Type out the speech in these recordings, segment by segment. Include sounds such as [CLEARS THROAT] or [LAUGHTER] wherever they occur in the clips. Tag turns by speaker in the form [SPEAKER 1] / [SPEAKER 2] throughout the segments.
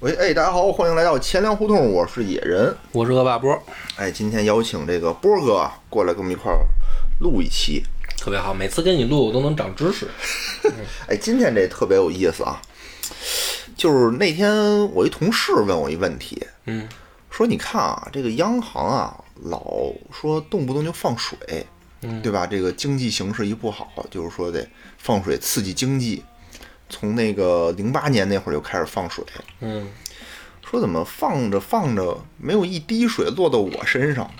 [SPEAKER 1] 喂，哎，大家好，欢迎来到钱粮胡同，我是野人。
[SPEAKER 2] 我是恶霸波，
[SPEAKER 1] 哎，今天邀请这个波哥过来跟我们一块儿录一期。
[SPEAKER 2] 特别好，每次跟你录我都能长知识。
[SPEAKER 1] 哎，今天这特别有意思啊，就是那天我一同事问我一问题，
[SPEAKER 2] 嗯，
[SPEAKER 1] 说你看啊，这个央行啊，老说动不动就放水，
[SPEAKER 2] 嗯
[SPEAKER 1] 对吧？这个经济形势一不好，就是说得放水刺激经济。从那个零八年那会儿就开始放水，
[SPEAKER 2] 嗯，
[SPEAKER 1] 说怎么放着放着没有一滴水落到我身上，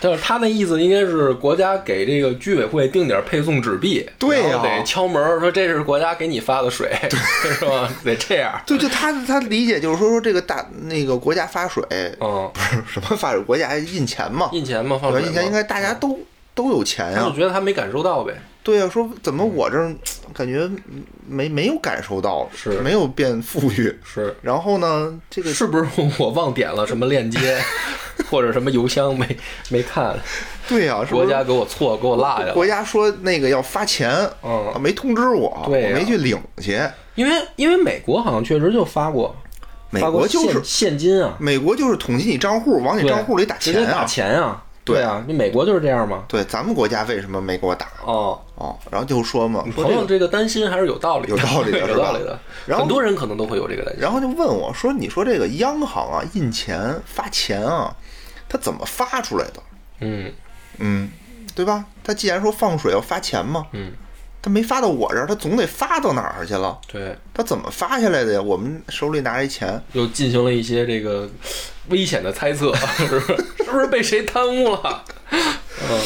[SPEAKER 2] 但是他那意思应该是国家给这个居委会定点配送纸币，
[SPEAKER 1] 对啊呀
[SPEAKER 2] 然后得敲门儿说这是国家给你发的水，是吧？得这样，
[SPEAKER 1] 对，就他他理解就是说说这个大那个国家发水，
[SPEAKER 2] 嗯，
[SPEAKER 1] 不是 [LAUGHS] 什么发水，国家印钱嘛，
[SPEAKER 2] 印钱嘛，放
[SPEAKER 1] 对吧
[SPEAKER 2] 水嘛嗯
[SPEAKER 1] 印钱应该大家都都有钱
[SPEAKER 2] 他
[SPEAKER 1] 呀、
[SPEAKER 2] 就觉得他没感受到呗，
[SPEAKER 1] 对呀、说怎么我这儿感觉没没有感受到，
[SPEAKER 2] 是
[SPEAKER 1] 没有变富裕，
[SPEAKER 2] 是
[SPEAKER 1] 然后呢，这个
[SPEAKER 2] 是不是我忘点了什么
[SPEAKER 1] [LAUGHS]
[SPEAKER 2] 链接或者什么邮箱没没看，
[SPEAKER 1] 对呀、是不
[SPEAKER 2] 国
[SPEAKER 1] 是
[SPEAKER 2] 家给我错给我落下了，
[SPEAKER 1] 国家说那个要发钱，
[SPEAKER 2] 嗯
[SPEAKER 1] 啊没通知我，
[SPEAKER 2] 对呀嗯
[SPEAKER 1] 我没去领去，
[SPEAKER 2] 因为因为美国好像确实就发过，
[SPEAKER 1] 美
[SPEAKER 2] 发过
[SPEAKER 1] 国就是
[SPEAKER 2] 现现金啊，
[SPEAKER 1] 美国就是统计你账户，往你
[SPEAKER 2] 对
[SPEAKER 1] 账户里打
[SPEAKER 2] 直接
[SPEAKER 1] 钱
[SPEAKER 2] 打
[SPEAKER 1] 啊，
[SPEAKER 2] 钱啊，
[SPEAKER 1] 对
[SPEAKER 2] 对啊，你美国就是这样嘛。
[SPEAKER 1] 对，咱们国家为什么没给我打？
[SPEAKER 2] 哦，
[SPEAKER 1] 哦，然后就说嘛，说
[SPEAKER 2] 朋
[SPEAKER 1] 这个
[SPEAKER 2] 友这个担心还是有道理的，
[SPEAKER 1] 有道理的
[SPEAKER 2] [LAUGHS] 有道理的。
[SPEAKER 1] 然后
[SPEAKER 2] 很多人可能都会有这个担心。
[SPEAKER 1] 然后就问我说：“你说这个央行啊，印钱发钱啊，它怎么发出来的？
[SPEAKER 2] 嗯
[SPEAKER 1] 嗯，对吧？它既然说放水要发钱嘛，
[SPEAKER 2] 嗯，
[SPEAKER 1] 它没发到我这儿，它总得发到哪儿去了？
[SPEAKER 2] 对，
[SPEAKER 1] 它怎么发下来的呀？我们手里拿着钱，
[SPEAKER 2] 又进行了一些这个危险的猜测， [LAUGHS] 是不是？是不是被谁贪污了？嗯，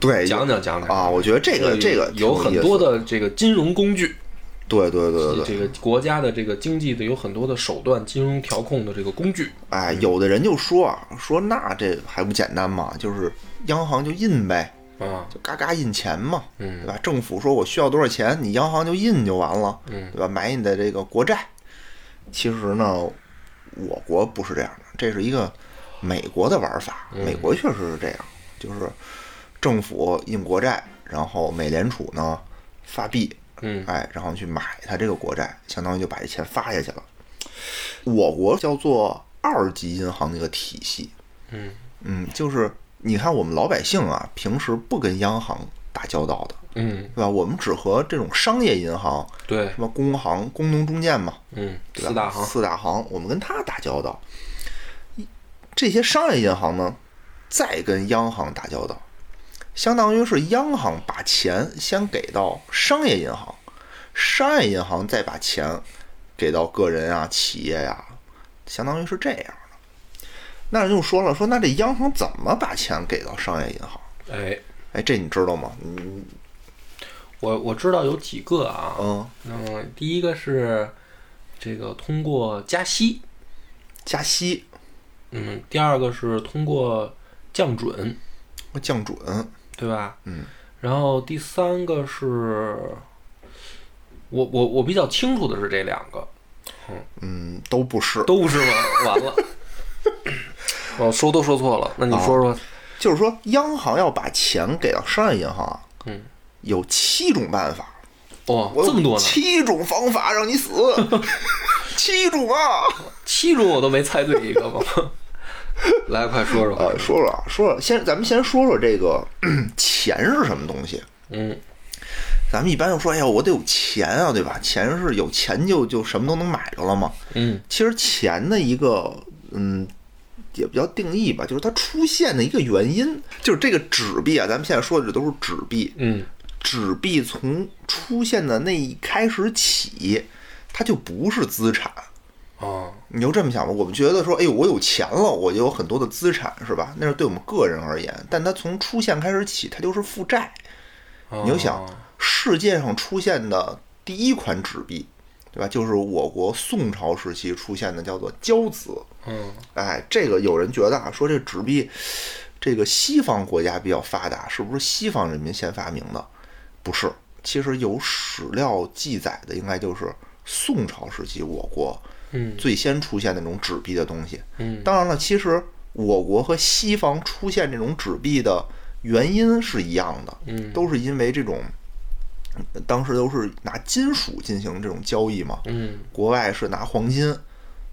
[SPEAKER 1] 对，
[SPEAKER 2] 讲讲讲讲。
[SPEAKER 1] 啊，我觉得这个这个挺
[SPEAKER 2] 有很多
[SPEAKER 1] 意思的，
[SPEAKER 2] 的这个金融工具，
[SPEAKER 1] 对对对对对，
[SPEAKER 2] 这个国家的这个经济的有很多的手段，金融调控的这个工具。
[SPEAKER 1] 哎，有的人就说啊，说那这还不简单嘛，就是央行就印呗，
[SPEAKER 2] 啊，
[SPEAKER 1] 就嘎嘎印钱嘛，对
[SPEAKER 2] 嗯
[SPEAKER 1] 吧？政府说我需要多少钱，你央行就印就完了，
[SPEAKER 2] 嗯
[SPEAKER 1] 对吧？买你的这个国债。其实呢，我国不是这样的，这是一个美国的玩法。
[SPEAKER 2] 嗯
[SPEAKER 1] 美国确实是这样，就是政府印国债，然后美联储呢发币，
[SPEAKER 2] 嗯，
[SPEAKER 1] 哎，然后去买它这个国债，相当于就把这钱发下去了。我国叫做二级银行的一个体系，
[SPEAKER 2] 嗯
[SPEAKER 1] 嗯，就是你看我们老百姓啊，平时不跟央行打交道的，
[SPEAKER 2] 嗯，
[SPEAKER 1] 对吧？我们只和这种商业银行，
[SPEAKER 2] 对
[SPEAKER 1] 什，么工行、工农中建嘛，
[SPEAKER 2] 嗯，
[SPEAKER 1] 对吧啊
[SPEAKER 2] 四大行，
[SPEAKER 1] 四大行，我们跟他打交道。这些商业银行呢，再跟央行打交道，相当于是央行把钱先给到商业银行，商业银行再把钱给到个人啊、企业呀、相当于是这样的。那人就说了，说那这央行怎么把钱给到商业银行？
[SPEAKER 2] 哎，
[SPEAKER 1] 哎，这你知道吗？嗯
[SPEAKER 2] 我我知道有几个啊，
[SPEAKER 1] 嗯，
[SPEAKER 2] 嗯，第一个是这个通过加息，
[SPEAKER 1] 加息
[SPEAKER 2] 嗯，第二个是通过降准，
[SPEAKER 1] 降准，
[SPEAKER 2] 对吧？
[SPEAKER 1] 嗯，
[SPEAKER 2] 然后第三个是，我我我比较清楚的是这两个，
[SPEAKER 1] 嗯，都不是，
[SPEAKER 2] 都是吗？完 [LAUGHS] 了，我哦说都说错了，那你说说，
[SPEAKER 1] 就是说，央行要把钱给到商业银行，啊
[SPEAKER 2] 嗯，
[SPEAKER 1] 有七种办法，
[SPEAKER 2] 哦，
[SPEAKER 1] 我有
[SPEAKER 2] 这么多呢，
[SPEAKER 1] 七种方法让你
[SPEAKER 2] [LAUGHS]
[SPEAKER 1] 死，七种啊！
[SPEAKER 2] 七种我都没猜对一 [LAUGHS] 个吗？来，快说说，快
[SPEAKER 1] 呃，说说啊，说说，先咱们先说说这个 [CLEARS THROAT] 钱是什么东西。
[SPEAKER 2] 嗯，
[SPEAKER 1] 咱们一般就说，哎呀，我得有钱啊，对吧？钱是有钱就就什么都能买着了嘛。
[SPEAKER 2] 嗯
[SPEAKER 1] 其实钱的一个嗯，也不叫定义吧，就是它出现的一个原因，就是这个纸币啊，咱们现在说的这都是纸币，
[SPEAKER 2] 嗯，
[SPEAKER 1] 纸币从出现的那一开始起，它就不是资产。
[SPEAKER 2] 哦，
[SPEAKER 1] 你就这么想吧，我们觉得说，哎呦，我有钱了，我就有很多的资产，是吧？那是对我们个人而言，但它从出现开始起，它就是负债。
[SPEAKER 2] 哦
[SPEAKER 1] 你就想，世界上出现的第一款纸币，对吧？就是我国宋朝时期出现的，叫做交子。
[SPEAKER 2] 嗯
[SPEAKER 1] 哎，这个有人觉得啊，说这纸币，这个西方国家比较发达，是不是西方人民先发明的？不是，其实有史料记载的，应该就是宋朝时期我国
[SPEAKER 2] 嗯
[SPEAKER 1] 最先出现那种纸币的东西。
[SPEAKER 2] 嗯，
[SPEAKER 1] 当然了，其实我国和西方出现这种纸币的原因是一样的，
[SPEAKER 2] 嗯
[SPEAKER 1] 都是因为这种当时都是拿金属进行这种交易嘛，
[SPEAKER 2] 嗯
[SPEAKER 1] 国外是拿黄金。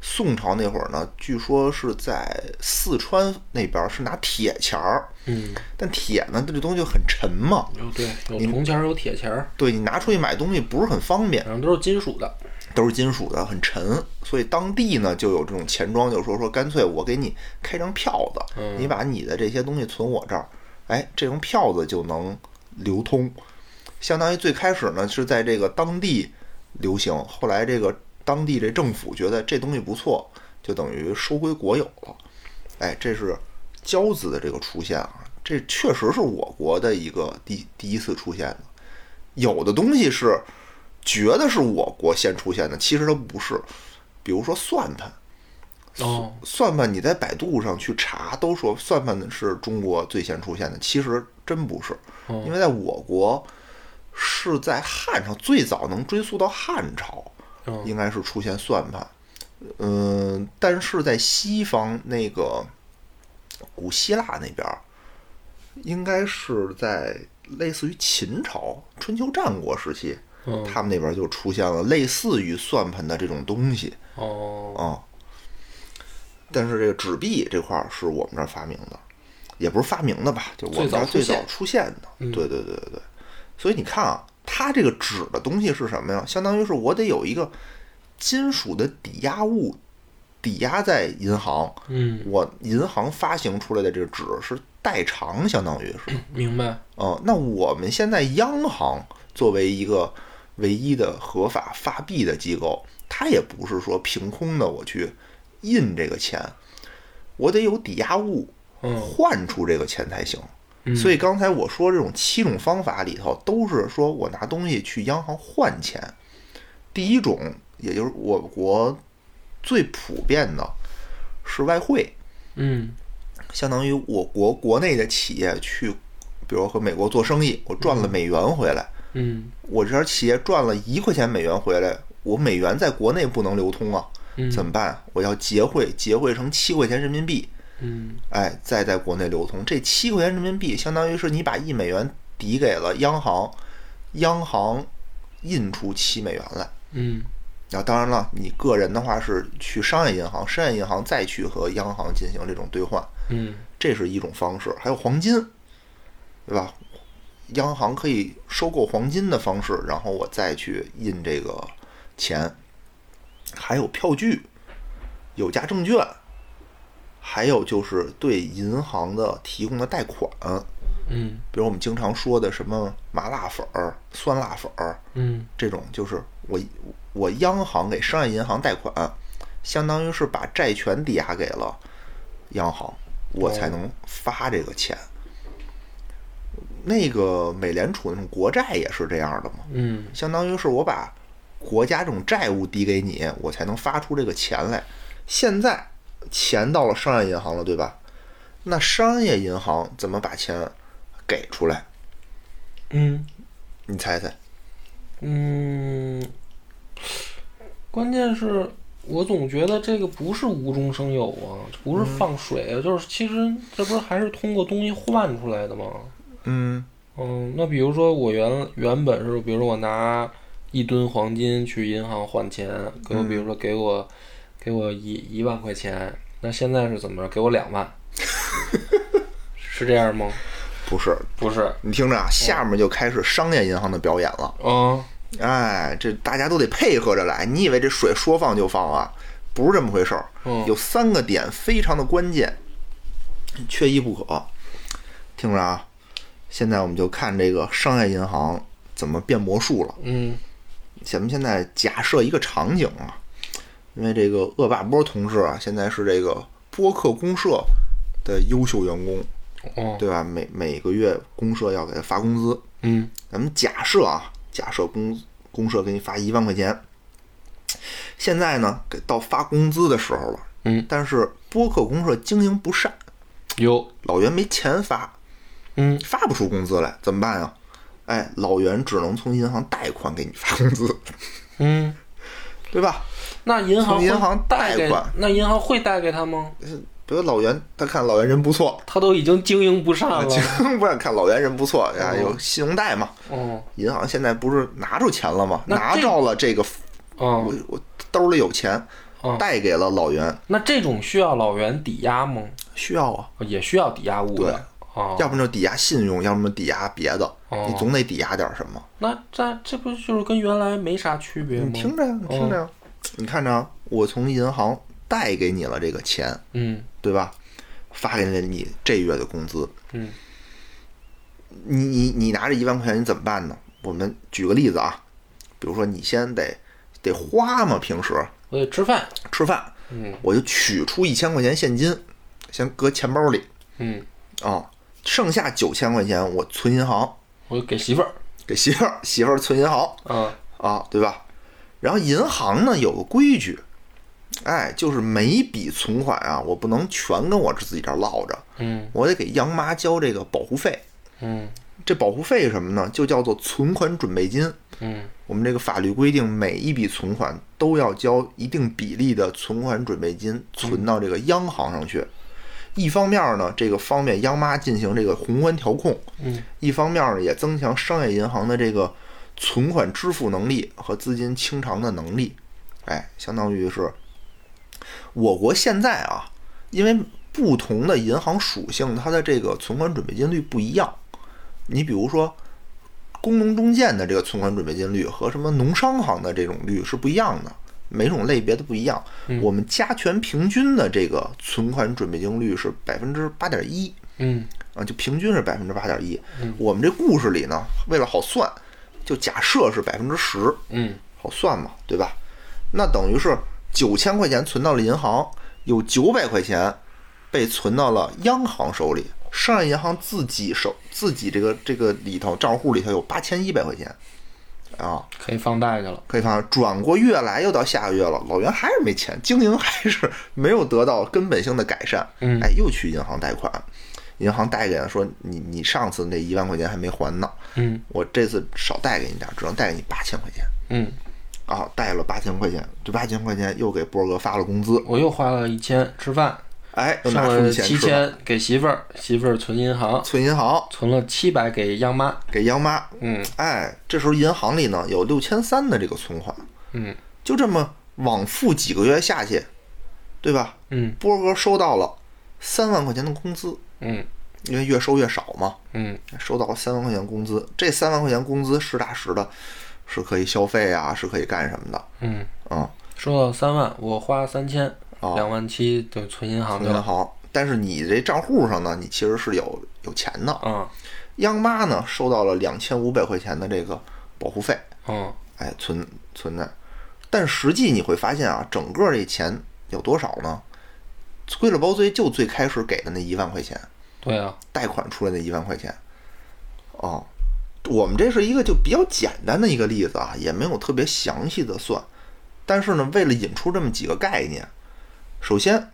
[SPEAKER 1] 宋朝那会儿呢，据说是在四川那边儿是拿铁钱儿，
[SPEAKER 2] 嗯，
[SPEAKER 1] 但铁呢，这东西就很沉嘛，
[SPEAKER 2] 有哦对有铜钱儿有铁钱儿，
[SPEAKER 1] 对你拿出去买东西不是很方便，
[SPEAKER 2] 反正都是金属的。
[SPEAKER 1] 都是金属的，很沉，所以当地呢就有这种钱庄，就说说干脆我给你开张票子，
[SPEAKER 2] 嗯
[SPEAKER 1] 你把你的这些东西存我这儿，哎，这张票子就能流通，相当于最开始呢是在这个当地流行，后来这个当地这政府觉得这东西不错，就等于收归国有了，哎，这是交子的这个出现啊，这确实是我国的一个第第一次出现的，有的东西是。觉得是我国先出现的，其实它不是。比如说算盘，
[SPEAKER 2] 哦，
[SPEAKER 1] 算盘你在百度上去查，都说算盘是中国最先出现的，其实真不是，
[SPEAKER 2] 哦
[SPEAKER 1] 因为在我国是在汉朝最早能追溯到汉朝，
[SPEAKER 2] 嗯
[SPEAKER 1] 应该是出现算盘。嗯，但是在西方那个古希腊那边儿，应该是在类似于秦朝、春秋战国时期，
[SPEAKER 2] 嗯
[SPEAKER 1] 他们那边就出现了类似于算盘的这种东西
[SPEAKER 2] 哦，
[SPEAKER 1] 啊、但是这个纸币这块儿是我们这儿发明的，也不是发明的吧，就我们这儿最
[SPEAKER 2] 最早出
[SPEAKER 1] 早
[SPEAKER 2] 现
[SPEAKER 1] 出现的。
[SPEAKER 2] 嗯
[SPEAKER 1] 对对对对对，所以你看啊，它这个纸的东西是什么呀？相当于是我得有一个金属的抵押物抵押在银行，
[SPEAKER 2] 嗯，
[SPEAKER 1] 我银行发行出来的这个纸是代偿，相当于是。
[SPEAKER 2] 明白。
[SPEAKER 1] 哦，那我们现在央行作为一个唯一的合法发币的机构，它也不是说凭空的我去印这个钱，我得有抵押物
[SPEAKER 2] 嗯，
[SPEAKER 1] 换出这个钱才行。
[SPEAKER 2] 嗯
[SPEAKER 1] 所以刚才我说这种七种方法里头，都是说我拿东西去央行换钱。第一种，也就是我国最普遍的是外汇，
[SPEAKER 2] 嗯
[SPEAKER 1] 相当于我国国内的企业去，比如和美国做生意，我赚了美元回来，
[SPEAKER 2] 嗯
[SPEAKER 1] 我这家企业赚了一块钱美元回来，我美元在国内不能流通啊，
[SPEAKER 2] 嗯，
[SPEAKER 1] 怎么办？我要结汇，结汇成七块钱人民币，
[SPEAKER 2] 嗯
[SPEAKER 1] 哎，再在国内流通。这七块钱人民币相当于是你把一美元抵给了央行，央行印出七美元来。
[SPEAKER 2] 嗯
[SPEAKER 1] 啊，当然了，你个人的话是去商业银行，商业银行再去和央行进行这种兑换。
[SPEAKER 2] 嗯
[SPEAKER 1] 这是一种方式，还有黄金，对吧？央行可以收购黄金的方式，然后我再去印这个钱，还有票据、有价证券，还有就是对银行的提供的贷款，
[SPEAKER 2] 嗯
[SPEAKER 1] 比如我们经常说的什么麻辣粉儿、酸辣粉儿
[SPEAKER 2] 嗯
[SPEAKER 1] 这种，就是我我央行给商业银行贷款，相当于是把债权抵押给了央行，我才能发这个钱。那个美联储那种国债也是这样的嘛，
[SPEAKER 2] 嗯
[SPEAKER 1] 相当于是我把国家这种债务抵给你，我才能发出这个钱来。现在钱到了商业银行了，对吧？那商业银行怎么把钱给出来？
[SPEAKER 2] 嗯
[SPEAKER 1] 你猜猜？
[SPEAKER 2] 嗯，关键是。我总觉得这个不是无中生有啊，这不是放水啊，就是其实这不是还是通过东西换出来的吗？
[SPEAKER 1] 嗯
[SPEAKER 2] 嗯，那比如说我原原本是，比如说我拿一吨黄金去银行换钱，给我比
[SPEAKER 1] 嗯
[SPEAKER 2] 如说给我给我一一万块钱，那现在是怎么着？给我
[SPEAKER 1] [LAUGHS]
[SPEAKER 2] 两万，是这样吗？
[SPEAKER 1] 不是，
[SPEAKER 2] 不是，
[SPEAKER 1] 你听着啊，下面就开始商业银行的表演了。
[SPEAKER 2] 嗯
[SPEAKER 1] 哎，这大家都得配合着来。你以为这水说放就放啊？不是这么回事儿。
[SPEAKER 2] 嗯
[SPEAKER 1] 有三个点非常的关键，缺一不可。听着啊，现在我们就看这个商业银行怎么变魔术了。
[SPEAKER 2] 嗯
[SPEAKER 1] 咱们现在假设一个场景啊，因为这个恶霸波同志啊，现在是这个播客公社的优秀员工，
[SPEAKER 2] 哦
[SPEAKER 1] 对吧？每每个月公社要给他发工资。
[SPEAKER 2] 嗯
[SPEAKER 1] 咱们假设啊，假设公公社给你发一万块钱，现在呢，给到发工资的时候了，
[SPEAKER 2] 嗯，
[SPEAKER 1] 但是播客公社经营不善，
[SPEAKER 2] 有
[SPEAKER 1] 老袁没钱发，
[SPEAKER 2] 嗯
[SPEAKER 1] 发不出工资来，怎么办呀？哎，老袁只能从银行贷款给你发工资，
[SPEAKER 2] 嗯，
[SPEAKER 1] [LAUGHS] 对吧？
[SPEAKER 2] 那银行
[SPEAKER 1] 从银
[SPEAKER 2] 会
[SPEAKER 1] 行
[SPEAKER 2] 贷
[SPEAKER 1] 贷
[SPEAKER 2] 给
[SPEAKER 1] 款
[SPEAKER 2] 那银行会贷给他吗？
[SPEAKER 1] 比如老袁，他看老袁人不错，
[SPEAKER 2] 他都已经经营不
[SPEAKER 1] 啊
[SPEAKER 2] 善了。
[SPEAKER 1] [LAUGHS] 不是看老袁人不错，呀，
[SPEAKER 2] 嗯
[SPEAKER 1] 有信用贷嘛，
[SPEAKER 2] 嗯
[SPEAKER 1] 银行现在不是拿出钱了吗？
[SPEAKER 2] 那
[SPEAKER 1] 拿
[SPEAKER 2] 这
[SPEAKER 1] 到了这个，我
[SPEAKER 2] 嗯，
[SPEAKER 1] 我兜里有钱
[SPEAKER 2] 嗯，
[SPEAKER 1] 贷给了老袁，
[SPEAKER 2] 那这种需要老袁抵押吗？
[SPEAKER 1] 需要啊，
[SPEAKER 2] 也需要抵押物
[SPEAKER 1] 对
[SPEAKER 2] 的。哦，
[SPEAKER 1] 要不就抵押信用，要么抵押别的，
[SPEAKER 2] 哦
[SPEAKER 1] 你总得抵押点什么。
[SPEAKER 2] 那这这不就是跟原来没啥区别吗？
[SPEAKER 1] 你听着呀，你听着
[SPEAKER 2] 哦
[SPEAKER 1] 呀，你看着啊，我从银行贷给你了这个钱，
[SPEAKER 2] 嗯
[SPEAKER 1] 对吧？发给了你这月的工资，
[SPEAKER 2] 嗯
[SPEAKER 1] 你你你拿着一万块钱，你怎么办呢？我们举个例子啊，比如说你先得得花嘛，平时
[SPEAKER 2] 我得吃饭。
[SPEAKER 1] 吃饭，
[SPEAKER 2] 嗯
[SPEAKER 1] 我就取出一千块钱现金，先搁钱包里
[SPEAKER 2] 嗯，
[SPEAKER 1] 啊，剩下九千块钱我存银行，
[SPEAKER 2] 我给媳妇儿。
[SPEAKER 1] 给媳妇儿媳妇儿存银行
[SPEAKER 2] 嗯
[SPEAKER 1] 啊，对吧？然后银行呢有个规矩，哎，就是每笔存款啊，我不能全跟我自己这儿落着，
[SPEAKER 2] 嗯
[SPEAKER 1] 我得给央妈交这个保护费。
[SPEAKER 2] 嗯
[SPEAKER 1] 这保护费是什么呢？就叫做存款准备金。
[SPEAKER 2] 嗯
[SPEAKER 1] 我们这个法律规定，每一笔存款都要交一定比例的存款准备金，
[SPEAKER 2] 嗯
[SPEAKER 1] 存到这个央行上去。一方面呢，这个方便央妈进行这个宏观调控；
[SPEAKER 2] 嗯
[SPEAKER 1] 一方面呢，也增强商业银行的这个存款支付能力和资金清偿的能力。哎，相当于是我国现在啊，因为不同的银行属性，它的这个存款准备金率不一样。你比如说，工农中建的这个存款准备金率和什么农商行的这种率是不一样的，每种类别的不一样。
[SPEAKER 2] 嗯
[SPEAKER 1] 我们加权平均的这个存款准备金率是百分之八点一
[SPEAKER 2] 嗯
[SPEAKER 1] 啊，就平均是百分之八点一
[SPEAKER 2] 嗯。
[SPEAKER 1] 我们这故事里呢，为了好算，就假设是百分之十，
[SPEAKER 2] 嗯
[SPEAKER 1] 好算嘛，对吧？那等于是九千块钱存到了银行，有九百块钱被存到了央行手里，商业银行自己手自己这个这个里头账户里头有八千一百块钱啊，
[SPEAKER 2] 可以放贷去了。
[SPEAKER 1] 可以放。转过月来又到下个月了，老袁还是没钱，经营还是 [LAUGHS] 没有得到根本性的改善，
[SPEAKER 2] 嗯
[SPEAKER 1] 哎，又去银行贷款。银行贷给他说：“你你上次那一万块钱还没还呢，
[SPEAKER 2] 嗯
[SPEAKER 1] 我这次少贷给你点儿，只能贷给你八千块钱。”
[SPEAKER 2] 嗯，
[SPEAKER 1] 啊，贷了八千块钱，这八千块钱又给波哥发了工资，
[SPEAKER 2] 我又花了一千吃饭，
[SPEAKER 1] 哎，又
[SPEAKER 2] 剩
[SPEAKER 1] 拿出
[SPEAKER 2] 了
[SPEAKER 1] 一千
[SPEAKER 2] 七
[SPEAKER 1] 吃饭，
[SPEAKER 2] 千给媳妇儿，媳妇儿存银行，
[SPEAKER 1] 存银行
[SPEAKER 2] 存了七百给央妈。
[SPEAKER 1] 给央妈，
[SPEAKER 2] 嗯
[SPEAKER 1] 哎，这时候银行里呢有六千三的这个存款，
[SPEAKER 2] 嗯
[SPEAKER 1] 就这么往复几个月下去，对吧？
[SPEAKER 2] 嗯
[SPEAKER 1] 波哥收到了三万块钱的工资，
[SPEAKER 2] 嗯
[SPEAKER 1] 因为越收越少嘛，
[SPEAKER 2] 嗯
[SPEAKER 1] 收到了三万块钱工资，这三万块钱工资实打实的，是可以消费啊，是可以干什么的，
[SPEAKER 2] 嗯，
[SPEAKER 1] 嗯，
[SPEAKER 2] 收到三万，我花三千，
[SPEAKER 1] 哦
[SPEAKER 2] 两万七就存银行
[SPEAKER 1] 存
[SPEAKER 2] 去
[SPEAKER 1] 银
[SPEAKER 2] 啊了。
[SPEAKER 1] 行。但是你这账户上呢，你其实是有有钱的，
[SPEAKER 2] 嗯
[SPEAKER 1] 央妈呢收到了两千五百块钱的这个保护费，
[SPEAKER 2] 嗯
[SPEAKER 1] 哎，存存在，但实际你会发现啊，整个这钱有多少呢？归了包堆就最开始给的那一万块钱，
[SPEAKER 2] 对啊，
[SPEAKER 1] 贷款出来那一万块钱，哦，我们这是一个就比较简单的一个例子啊，也没有特别详细的算，但是呢，为了引出这么几个概念，首先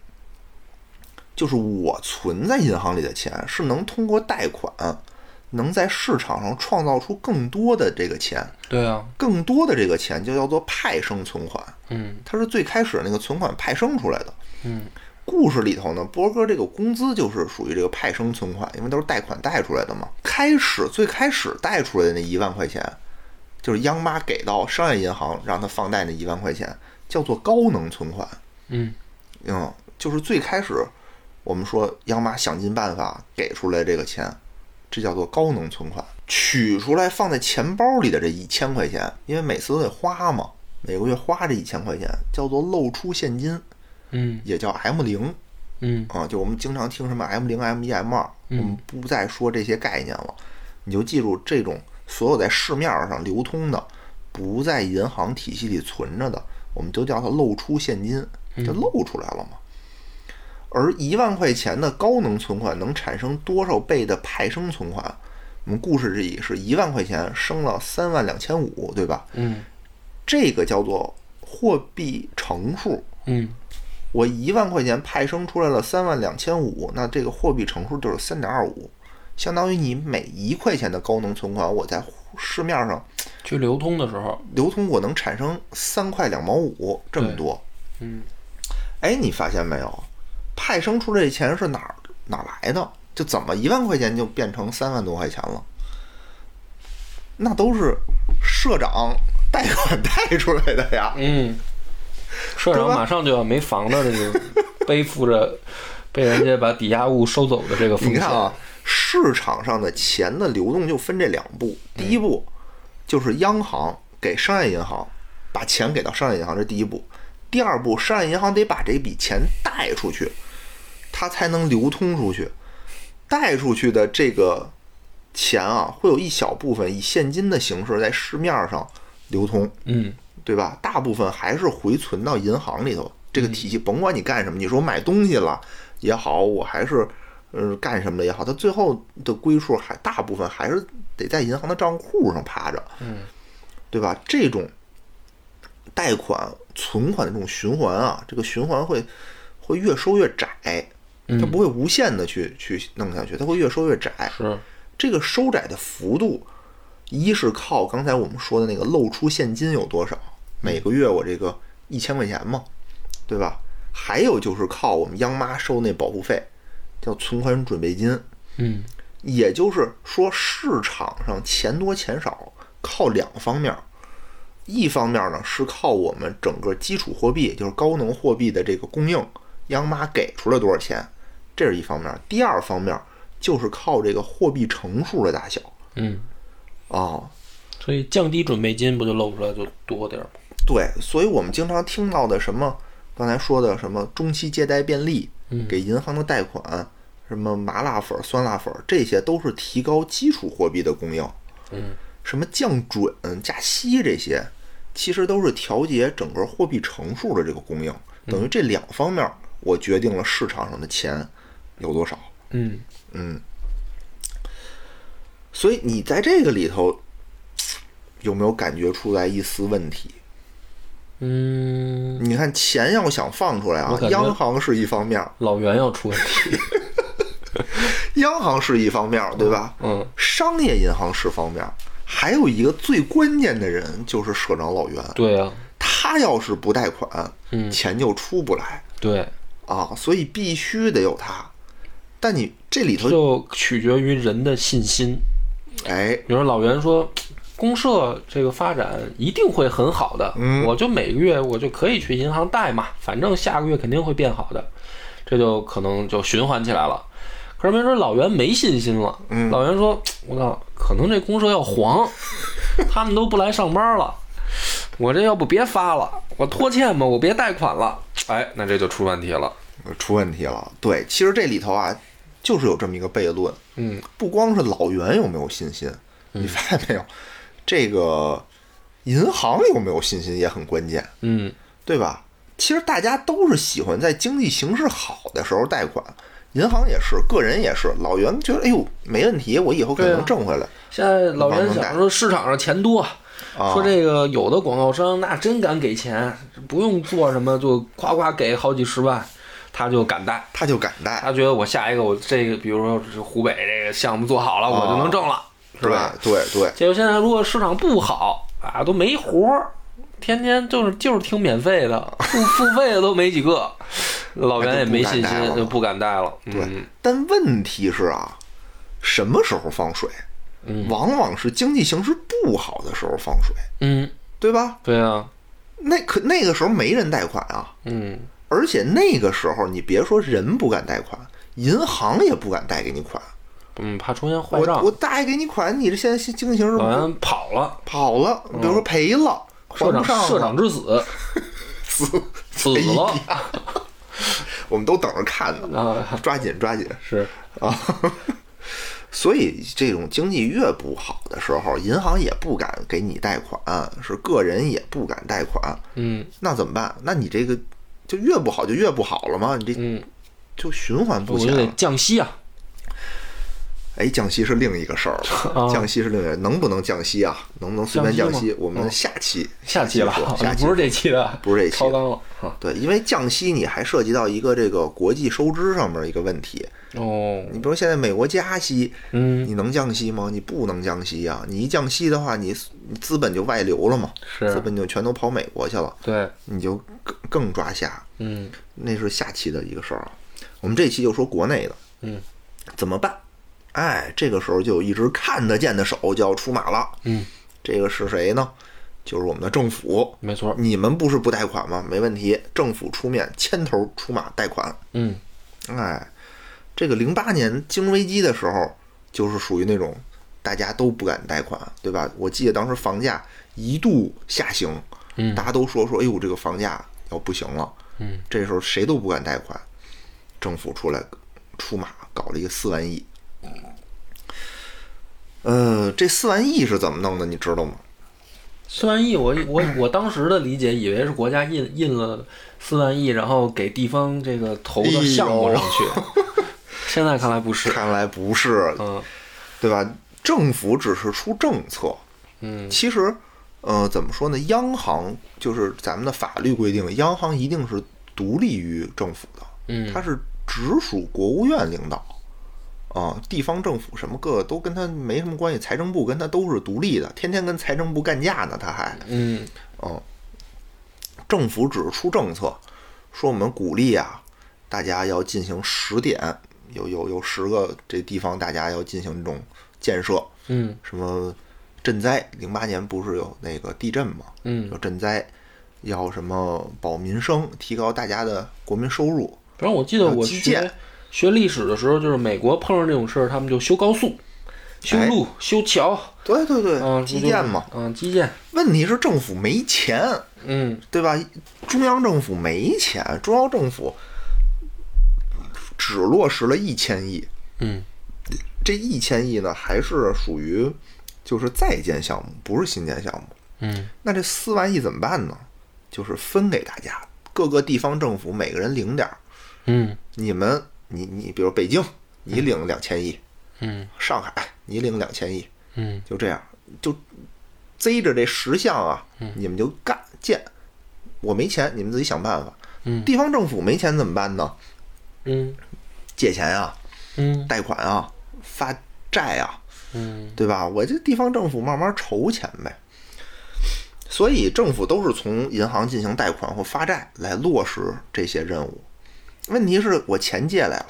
[SPEAKER 1] 就是我存在银行里的钱是能通过贷款，能在市场上创造出更多的这个钱，
[SPEAKER 2] 对啊，
[SPEAKER 1] 更多的这个钱就叫做派生存款，
[SPEAKER 2] 嗯
[SPEAKER 1] 它是最开始那个存款派生出来的。
[SPEAKER 2] 嗯
[SPEAKER 1] 故事里头呢，波哥这个工资就是属于这个派生存款，因为都是贷款贷出来的嘛。开始最开始贷出来的那一万块钱，就是央妈给到商业银行让他放贷那一万块钱，叫做高能存款。
[SPEAKER 2] 嗯
[SPEAKER 1] 嗯，就是最开始我们说央妈想尽办法给出来这个钱，这叫做高能存款。取出来放在钱包里的这一千块钱，因为每次都得花嘛，每个月花这一千块钱叫做露出现金，
[SPEAKER 2] 嗯
[SPEAKER 1] 也叫 M 零。
[SPEAKER 2] 嗯
[SPEAKER 1] 啊，就我们经常听什么 M 零、M 一、M 二，我
[SPEAKER 2] 嗯
[SPEAKER 1] 们不再说这些概念了，你就记住这种所有在市面上流通的，不在银行体系里存着的，我们都叫它露出现金，就露出来了嘛。而一万块钱的高能存款能产生多少倍的派生存款？我们故事里是一万块钱升了三万两千五，对吧？
[SPEAKER 2] 嗯
[SPEAKER 1] 这个叫做货币乘数，
[SPEAKER 2] 嗯
[SPEAKER 1] 我一万块钱派生出来了三万两千五，那这个货币乘数就是三点二五，相当于你每一块钱的高能存款，我在市面上
[SPEAKER 2] 去流通的时候，
[SPEAKER 1] 流通，我能产生三块两毛五这么多。
[SPEAKER 2] 嗯
[SPEAKER 1] 哎，你发现没有？派生出这钱是哪儿哪儿来的？就怎么一万块钱就变成三万多块钱了？那都是社长贷款 [LAUGHS] 贷出来的呀。
[SPEAKER 2] 嗯，社长
[SPEAKER 1] 对吧
[SPEAKER 2] 马上就要没房了，这就背负
[SPEAKER 1] [LAUGHS]
[SPEAKER 2] 着被人家把抵押物收走的这个风
[SPEAKER 1] 你
[SPEAKER 2] 险。
[SPEAKER 1] 看啊，市场上的钱的流动就分这两步，第一步就是央行给商业银行把钱给到商业银行，这第一步；第二步，商业银行得把这笔钱贷出去，它才能流通出去。贷出去的这个钱啊，会有一小部分以现金的形式在市面上流通，
[SPEAKER 2] 嗯
[SPEAKER 1] 对吧？大部分还是回存到银行里头。这个体系，甭管你干什么，你说买东西了也好，我还是呃干什么的也好，它最后的归属还大部分还是得在银行的账户上趴着，
[SPEAKER 2] 嗯，
[SPEAKER 1] 对吧？这种贷款、存款的这种循环啊，这个循环会会越收越窄，它不会无限的去去弄下去，它会越收越窄。
[SPEAKER 2] 是，
[SPEAKER 1] 这个收窄的幅度，一是靠刚才我们说的那个露出现金有多少，每个月我这个一千块钱嘛，对吧？还有就是靠我们央妈收那保护费，叫存款准备金，
[SPEAKER 2] 嗯
[SPEAKER 1] 也就是说市场上钱多钱少靠两方面儿，一方面呢是靠我们整个基础货币，也就是高能货币的这个供应，央妈给出了多少钱，这是一方面儿；第二方面儿就是靠这个货币乘数的大小。
[SPEAKER 2] 嗯，
[SPEAKER 1] 哦，
[SPEAKER 2] 所以降低准备金不就露出来就多点儿吗？
[SPEAKER 1] 对，所以我们经常听到的什么，刚才说的什么中期借贷便利，给银行的贷款，什么麻辣粉、酸辣粉，这些都是提高基础货币的供应。
[SPEAKER 2] 嗯，
[SPEAKER 1] 什么降准、加息这些，其实都是调节整个货币乘数的这个供应。等于这两方面，我决定了市场上的钱有多少。
[SPEAKER 2] 嗯
[SPEAKER 1] 嗯，所以你在这个里头有没有感觉出来一丝问题？
[SPEAKER 2] 嗯，
[SPEAKER 1] 你看，钱要想放出来啊
[SPEAKER 2] 我，感觉
[SPEAKER 1] 央行是一方面儿，
[SPEAKER 2] 老袁要出问题。
[SPEAKER 1] 央行是一方面儿，对吧？
[SPEAKER 2] 嗯
[SPEAKER 1] 商业银行是方面儿，还有一个最关键的人就是社长老袁，
[SPEAKER 2] 对啊，
[SPEAKER 1] 他要是不贷款，
[SPEAKER 2] 嗯
[SPEAKER 1] 钱就出不来
[SPEAKER 2] 对，
[SPEAKER 1] 啊，所以必须得有他。但你这里头，
[SPEAKER 2] 就取决于人的信心。
[SPEAKER 1] 哎，
[SPEAKER 2] 比如说老袁说，公社这个发展一定会很好的，我就每个月我就可以去银行贷嘛，反正下个月肯定会变好的，这就可能就循环起来了。可是没准老袁没信心了，老袁说，我操，可能这公社要黄， [LAUGHS] 他们都不来上班了。我这要不别发了，我拖欠吧，我别贷款了，哎，那这就出问题了。
[SPEAKER 1] 出问题了。对，其实这里头啊，就是有这么一个悖论，
[SPEAKER 2] 嗯，
[SPEAKER 1] 不光是老袁有没有信心，你发现没有，这个银行有没有信心也很关键。
[SPEAKER 2] 嗯，
[SPEAKER 1] 对吧？其实大家都是喜欢在经济形势好的时候贷款，银行也是，个人也是。老袁觉得，哎呦，没问题，我以后肯
[SPEAKER 2] 对
[SPEAKER 1] 定
[SPEAKER 2] 啊
[SPEAKER 1] 挣回来。
[SPEAKER 2] 现在老袁想说市场上钱多，
[SPEAKER 1] 啊
[SPEAKER 2] 说这个有的广告商那真敢给钱，不用做什么就夸夸给好几十万，他就敢贷。
[SPEAKER 1] 他就敢贷，
[SPEAKER 2] 他觉得我下一个我这个，比如说是湖北这个项目做好了，我就能挣了，是
[SPEAKER 1] 对
[SPEAKER 2] 吧？
[SPEAKER 1] 对对，
[SPEAKER 2] 结果现在如果市场不好啊，都没活儿，天天就是就是听免费的，付 [LAUGHS] 付费的都没几个，老袁也没信
[SPEAKER 1] 那就不敢贷了
[SPEAKER 2] 心，就不敢贷了。嗯，
[SPEAKER 1] 但问题是啊，什么时候放水？往往是经济形势不好的时候放水，
[SPEAKER 2] 嗯，
[SPEAKER 1] 对吧？
[SPEAKER 2] 对啊，
[SPEAKER 1] 那可那个时候没人贷款啊，
[SPEAKER 2] 嗯，
[SPEAKER 1] 而且那个时候你别说人不敢贷款，银行也不敢贷给你款。
[SPEAKER 2] 嗯，怕出现坏
[SPEAKER 1] 我
[SPEAKER 2] 账
[SPEAKER 1] 我，贷给你款，你这现在经济形势不
[SPEAKER 2] 老袁跑了。
[SPEAKER 1] 跑了，比如说赔了，还
[SPEAKER 2] 嗯社
[SPEAKER 1] 不
[SPEAKER 2] 长
[SPEAKER 1] 上了，
[SPEAKER 2] 社长之死， [LAUGHS] 死死了
[SPEAKER 1] 我们都等着看呢，
[SPEAKER 2] 啊！
[SPEAKER 1] [LAUGHS] 抓紧抓紧
[SPEAKER 2] 是，
[SPEAKER 1] 啊！ [LAUGHS] 所以这种经济越不好的时候，银行也不敢给你贷款，是个人也不敢贷款，
[SPEAKER 2] 嗯
[SPEAKER 1] 那怎么办？那你这个就越不好就越不好了嘛，你这
[SPEAKER 2] 嗯，
[SPEAKER 1] 就循环不
[SPEAKER 2] 我
[SPEAKER 1] 起来
[SPEAKER 2] 就得
[SPEAKER 1] 了。
[SPEAKER 2] 降息啊！
[SPEAKER 1] 哎，降息是另一个事儿了，
[SPEAKER 2] [LAUGHS] 啊
[SPEAKER 1] 降息是另一个，能不能降息啊？能不能随便
[SPEAKER 2] 降
[SPEAKER 1] 降
[SPEAKER 2] 息
[SPEAKER 1] 息？
[SPEAKER 2] 吗
[SPEAKER 1] 我们
[SPEAKER 2] 嗯
[SPEAKER 1] 下期
[SPEAKER 2] 下期了嗯
[SPEAKER 1] 说，下，期
[SPEAKER 2] 不是这期了，
[SPEAKER 1] 不是这期
[SPEAKER 2] 超纲了。啊
[SPEAKER 1] 对，因为降息你还涉及到一个这个国际收支上面一个问题。
[SPEAKER 2] 哦，
[SPEAKER 1] 你比如现在美国加息，
[SPEAKER 2] 嗯，
[SPEAKER 1] 你能降息吗？你不能降息呀、你一降息的话，你你资本就外流了嘛，资
[SPEAKER 2] 是，
[SPEAKER 1] 本就全都跑美国去了，
[SPEAKER 2] 对，
[SPEAKER 1] 你就更更抓瞎。
[SPEAKER 2] 嗯
[SPEAKER 1] 那是下期的一个事儿啊。我们这期就说国内的，
[SPEAKER 2] 嗯，
[SPEAKER 1] 怎么办？哎，这个时候就有一只看得见的手就要出马了。
[SPEAKER 2] 嗯，
[SPEAKER 1] 这个是谁呢？就是我们的政府。
[SPEAKER 2] 没错，
[SPEAKER 1] 你们不是不贷款吗？没问题，政府出面牵头出马贷款。
[SPEAKER 2] 嗯，
[SPEAKER 1] 哎，这个零八年金融危机的时候，就是属于那种大家都不敢贷款，对吧？我记得当时房价一度下行，
[SPEAKER 2] 嗯
[SPEAKER 1] 大家都说说，哎呦，这个房价要不行了，
[SPEAKER 2] 嗯，
[SPEAKER 1] 这时候谁都不敢贷款，政府出来出马搞了一个四万亿。呃，这四万亿是怎么弄的，你知道吗？
[SPEAKER 2] 四万亿，我我我当时的理解以为是国家印印了四万亿，然后给地方这个投到项目上去，现哎在看来不是，
[SPEAKER 1] 看来不是，
[SPEAKER 2] 嗯
[SPEAKER 1] 对吧？政府只是出政策，
[SPEAKER 2] 嗯
[SPEAKER 1] 其实，呃，怎么说呢？央行就是咱们的法律规定，央行一定是独立于政府的，
[SPEAKER 2] 嗯
[SPEAKER 1] 它是直属国务院领导，啊、地方政府什么各都跟它没什么关系，财政部跟它都是独立的，天天跟财政部干架呢，它还，
[SPEAKER 2] 嗯
[SPEAKER 1] 政府只是出政策，说我们鼓励啊，大家要进行十点，有有有十个这地方大家要进行这种建设，
[SPEAKER 2] 嗯
[SPEAKER 1] 什么赈灾，零八年不是有那个地震吗？
[SPEAKER 2] 嗯，
[SPEAKER 1] 要赈灾，要什么保民生，提高大家的国民收入。
[SPEAKER 2] 反正我记得我
[SPEAKER 1] 基建
[SPEAKER 2] 学学历史的时候，就是美国碰上这种事儿，他们就修高速、
[SPEAKER 1] 哎
[SPEAKER 2] 修路、修桥，
[SPEAKER 1] 对对对，
[SPEAKER 2] 嗯，
[SPEAKER 1] 基建呃嘛。
[SPEAKER 2] 嗯，基建，
[SPEAKER 1] 问题是政府没钱，
[SPEAKER 2] 嗯
[SPEAKER 1] 对吧？中央政府没钱，中央政府只落实了一千亿，
[SPEAKER 2] 嗯
[SPEAKER 1] 这一千亿呢，还是属于就是在建项目，不是新建项目。
[SPEAKER 2] 嗯
[SPEAKER 1] 那这四万亿怎么办呢？就是分给大家，各个地方政府每个人领点儿。
[SPEAKER 2] 嗯
[SPEAKER 1] 你们，你你，比如北京，你领两千亿，
[SPEAKER 2] 嗯
[SPEAKER 1] 上海你领两千亿，
[SPEAKER 2] 嗯
[SPEAKER 1] 就这样，就贼着这十项啊，
[SPEAKER 2] 嗯
[SPEAKER 1] 你们就干建。我没钱，你们自己想办法。
[SPEAKER 2] 嗯
[SPEAKER 1] 地方政府没钱怎么办呢？
[SPEAKER 2] 嗯
[SPEAKER 1] 借钱啊，
[SPEAKER 2] 嗯
[SPEAKER 1] 贷款啊，发债啊，
[SPEAKER 2] 嗯
[SPEAKER 1] 对吧？我这地方政府慢慢筹钱呗。所以政府都是从银行进行贷款或发债来落实这些任务。问题是我钱借来了，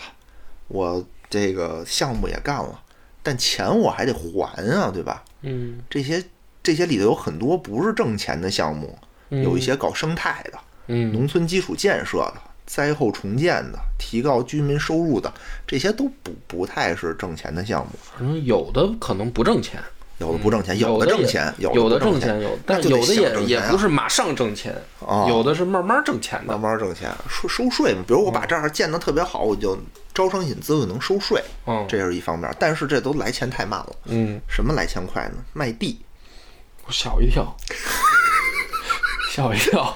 [SPEAKER 1] 我这个项目也干了，但钱我还得还啊，对吧？
[SPEAKER 2] 嗯
[SPEAKER 1] 这些这些里头有很多不是挣钱的项目，
[SPEAKER 2] 嗯
[SPEAKER 1] 有一些搞生态的、
[SPEAKER 2] 嗯
[SPEAKER 1] 农村基础建设的、灾后重建的、提高居民收入的，这些都不不太是挣钱的项目。
[SPEAKER 2] 反正有的可能不挣钱，
[SPEAKER 1] 有的不挣钱，
[SPEAKER 2] 有
[SPEAKER 1] 的挣
[SPEAKER 2] 也
[SPEAKER 1] 钱，有
[SPEAKER 2] 有
[SPEAKER 1] 的不
[SPEAKER 2] 挣
[SPEAKER 1] 挣钱，
[SPEAKER 2] 有，
[SPEAKER 1] 那
[SPEAKER 2] 但
[SPEAKER 1] 就得
[SPEAKER 2] 有的
[SPEAKER 1] 想挣
[SPEAKER 2] 也也
[SPEAKER 1] 钱啊
[SPEAKER 2] 不是马上挣钱，
[SPEAKER 1] 哦
[SPEAKER 2] 有的是慢慢挣钱
[SPEAKER 1] 慢
[SPEAKER 2] 的。
[SPEAKER 1] 慢挣钱，收收税嘛。比如我把这儿建得特别好，我就招商引资，我能收税，
[SPEAKER 2] 嗯
[SPEAKER 1] 这是一方面。但是这都来钱太慢了，
[SPEAKER 2] 嗯，
[SPEAKER 1] 什么来钱快呢？卖地
[SPEAKER 2] 我吓我一
[SPEAKER 1] [LAUGHS]
[SPEAKER 2] 跳，吓我一跳。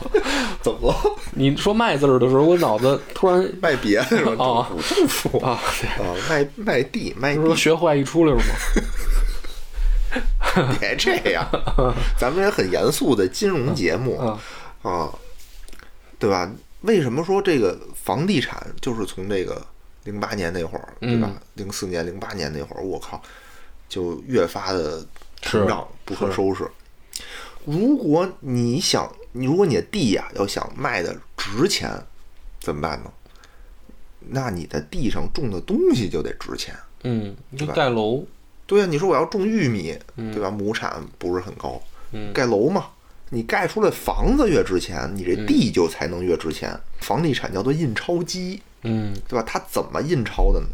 [SPEAKER 1] 怎么了？
[SPEAKER 2] 你说“卖”字儿的时候，我脑子突然
[SPEAKER 1] 卖别的是吧？
[SPEAKER 2] 哦
[SPEAKER 1] 政府政府
[SPEAKER 2] 啊，对
[SPEAKER 1] 啊，卖卖地卖
[SPEAKER 2] 不
[SPEAKER 1] 地，
[SPEAKER 2] 是说哎学坏一出溜吗？
[SPEAKER 1] [LAUGHS] 别这样，咱们也很严肃的金融节目
[SPEAKER 2] 啊，
[SPEAKER 1] 啊，对吧？为什么说这个房地产就是从这个零八年那会儿，对吧？零四年、零八年那会儿，我靠，就越发的成长不可收拾。如果你想，你如果你的地呀、要想卖的值钱，怎么办呢？那你的地上种的东西就得值钱。
[SPEAKER 2] [LAUGHS] 嗯，你就盖楼，
[SPEAKER 1] 对啊，你说我要种玉米，对吧？亩产不是很高，
[SPEAKER 2] 嗯
[SPEAKER 1] 盖楼嘛，你盖出来房子越值钱，你这
[SPEAKER 2] 嗯
[SPEAKER 1] 地就才能越值钱。房地产叫做印钞机，
[SPEAKER 2] 嗯
[SPEAKER 1] 对吧？它怎么印钞的呢？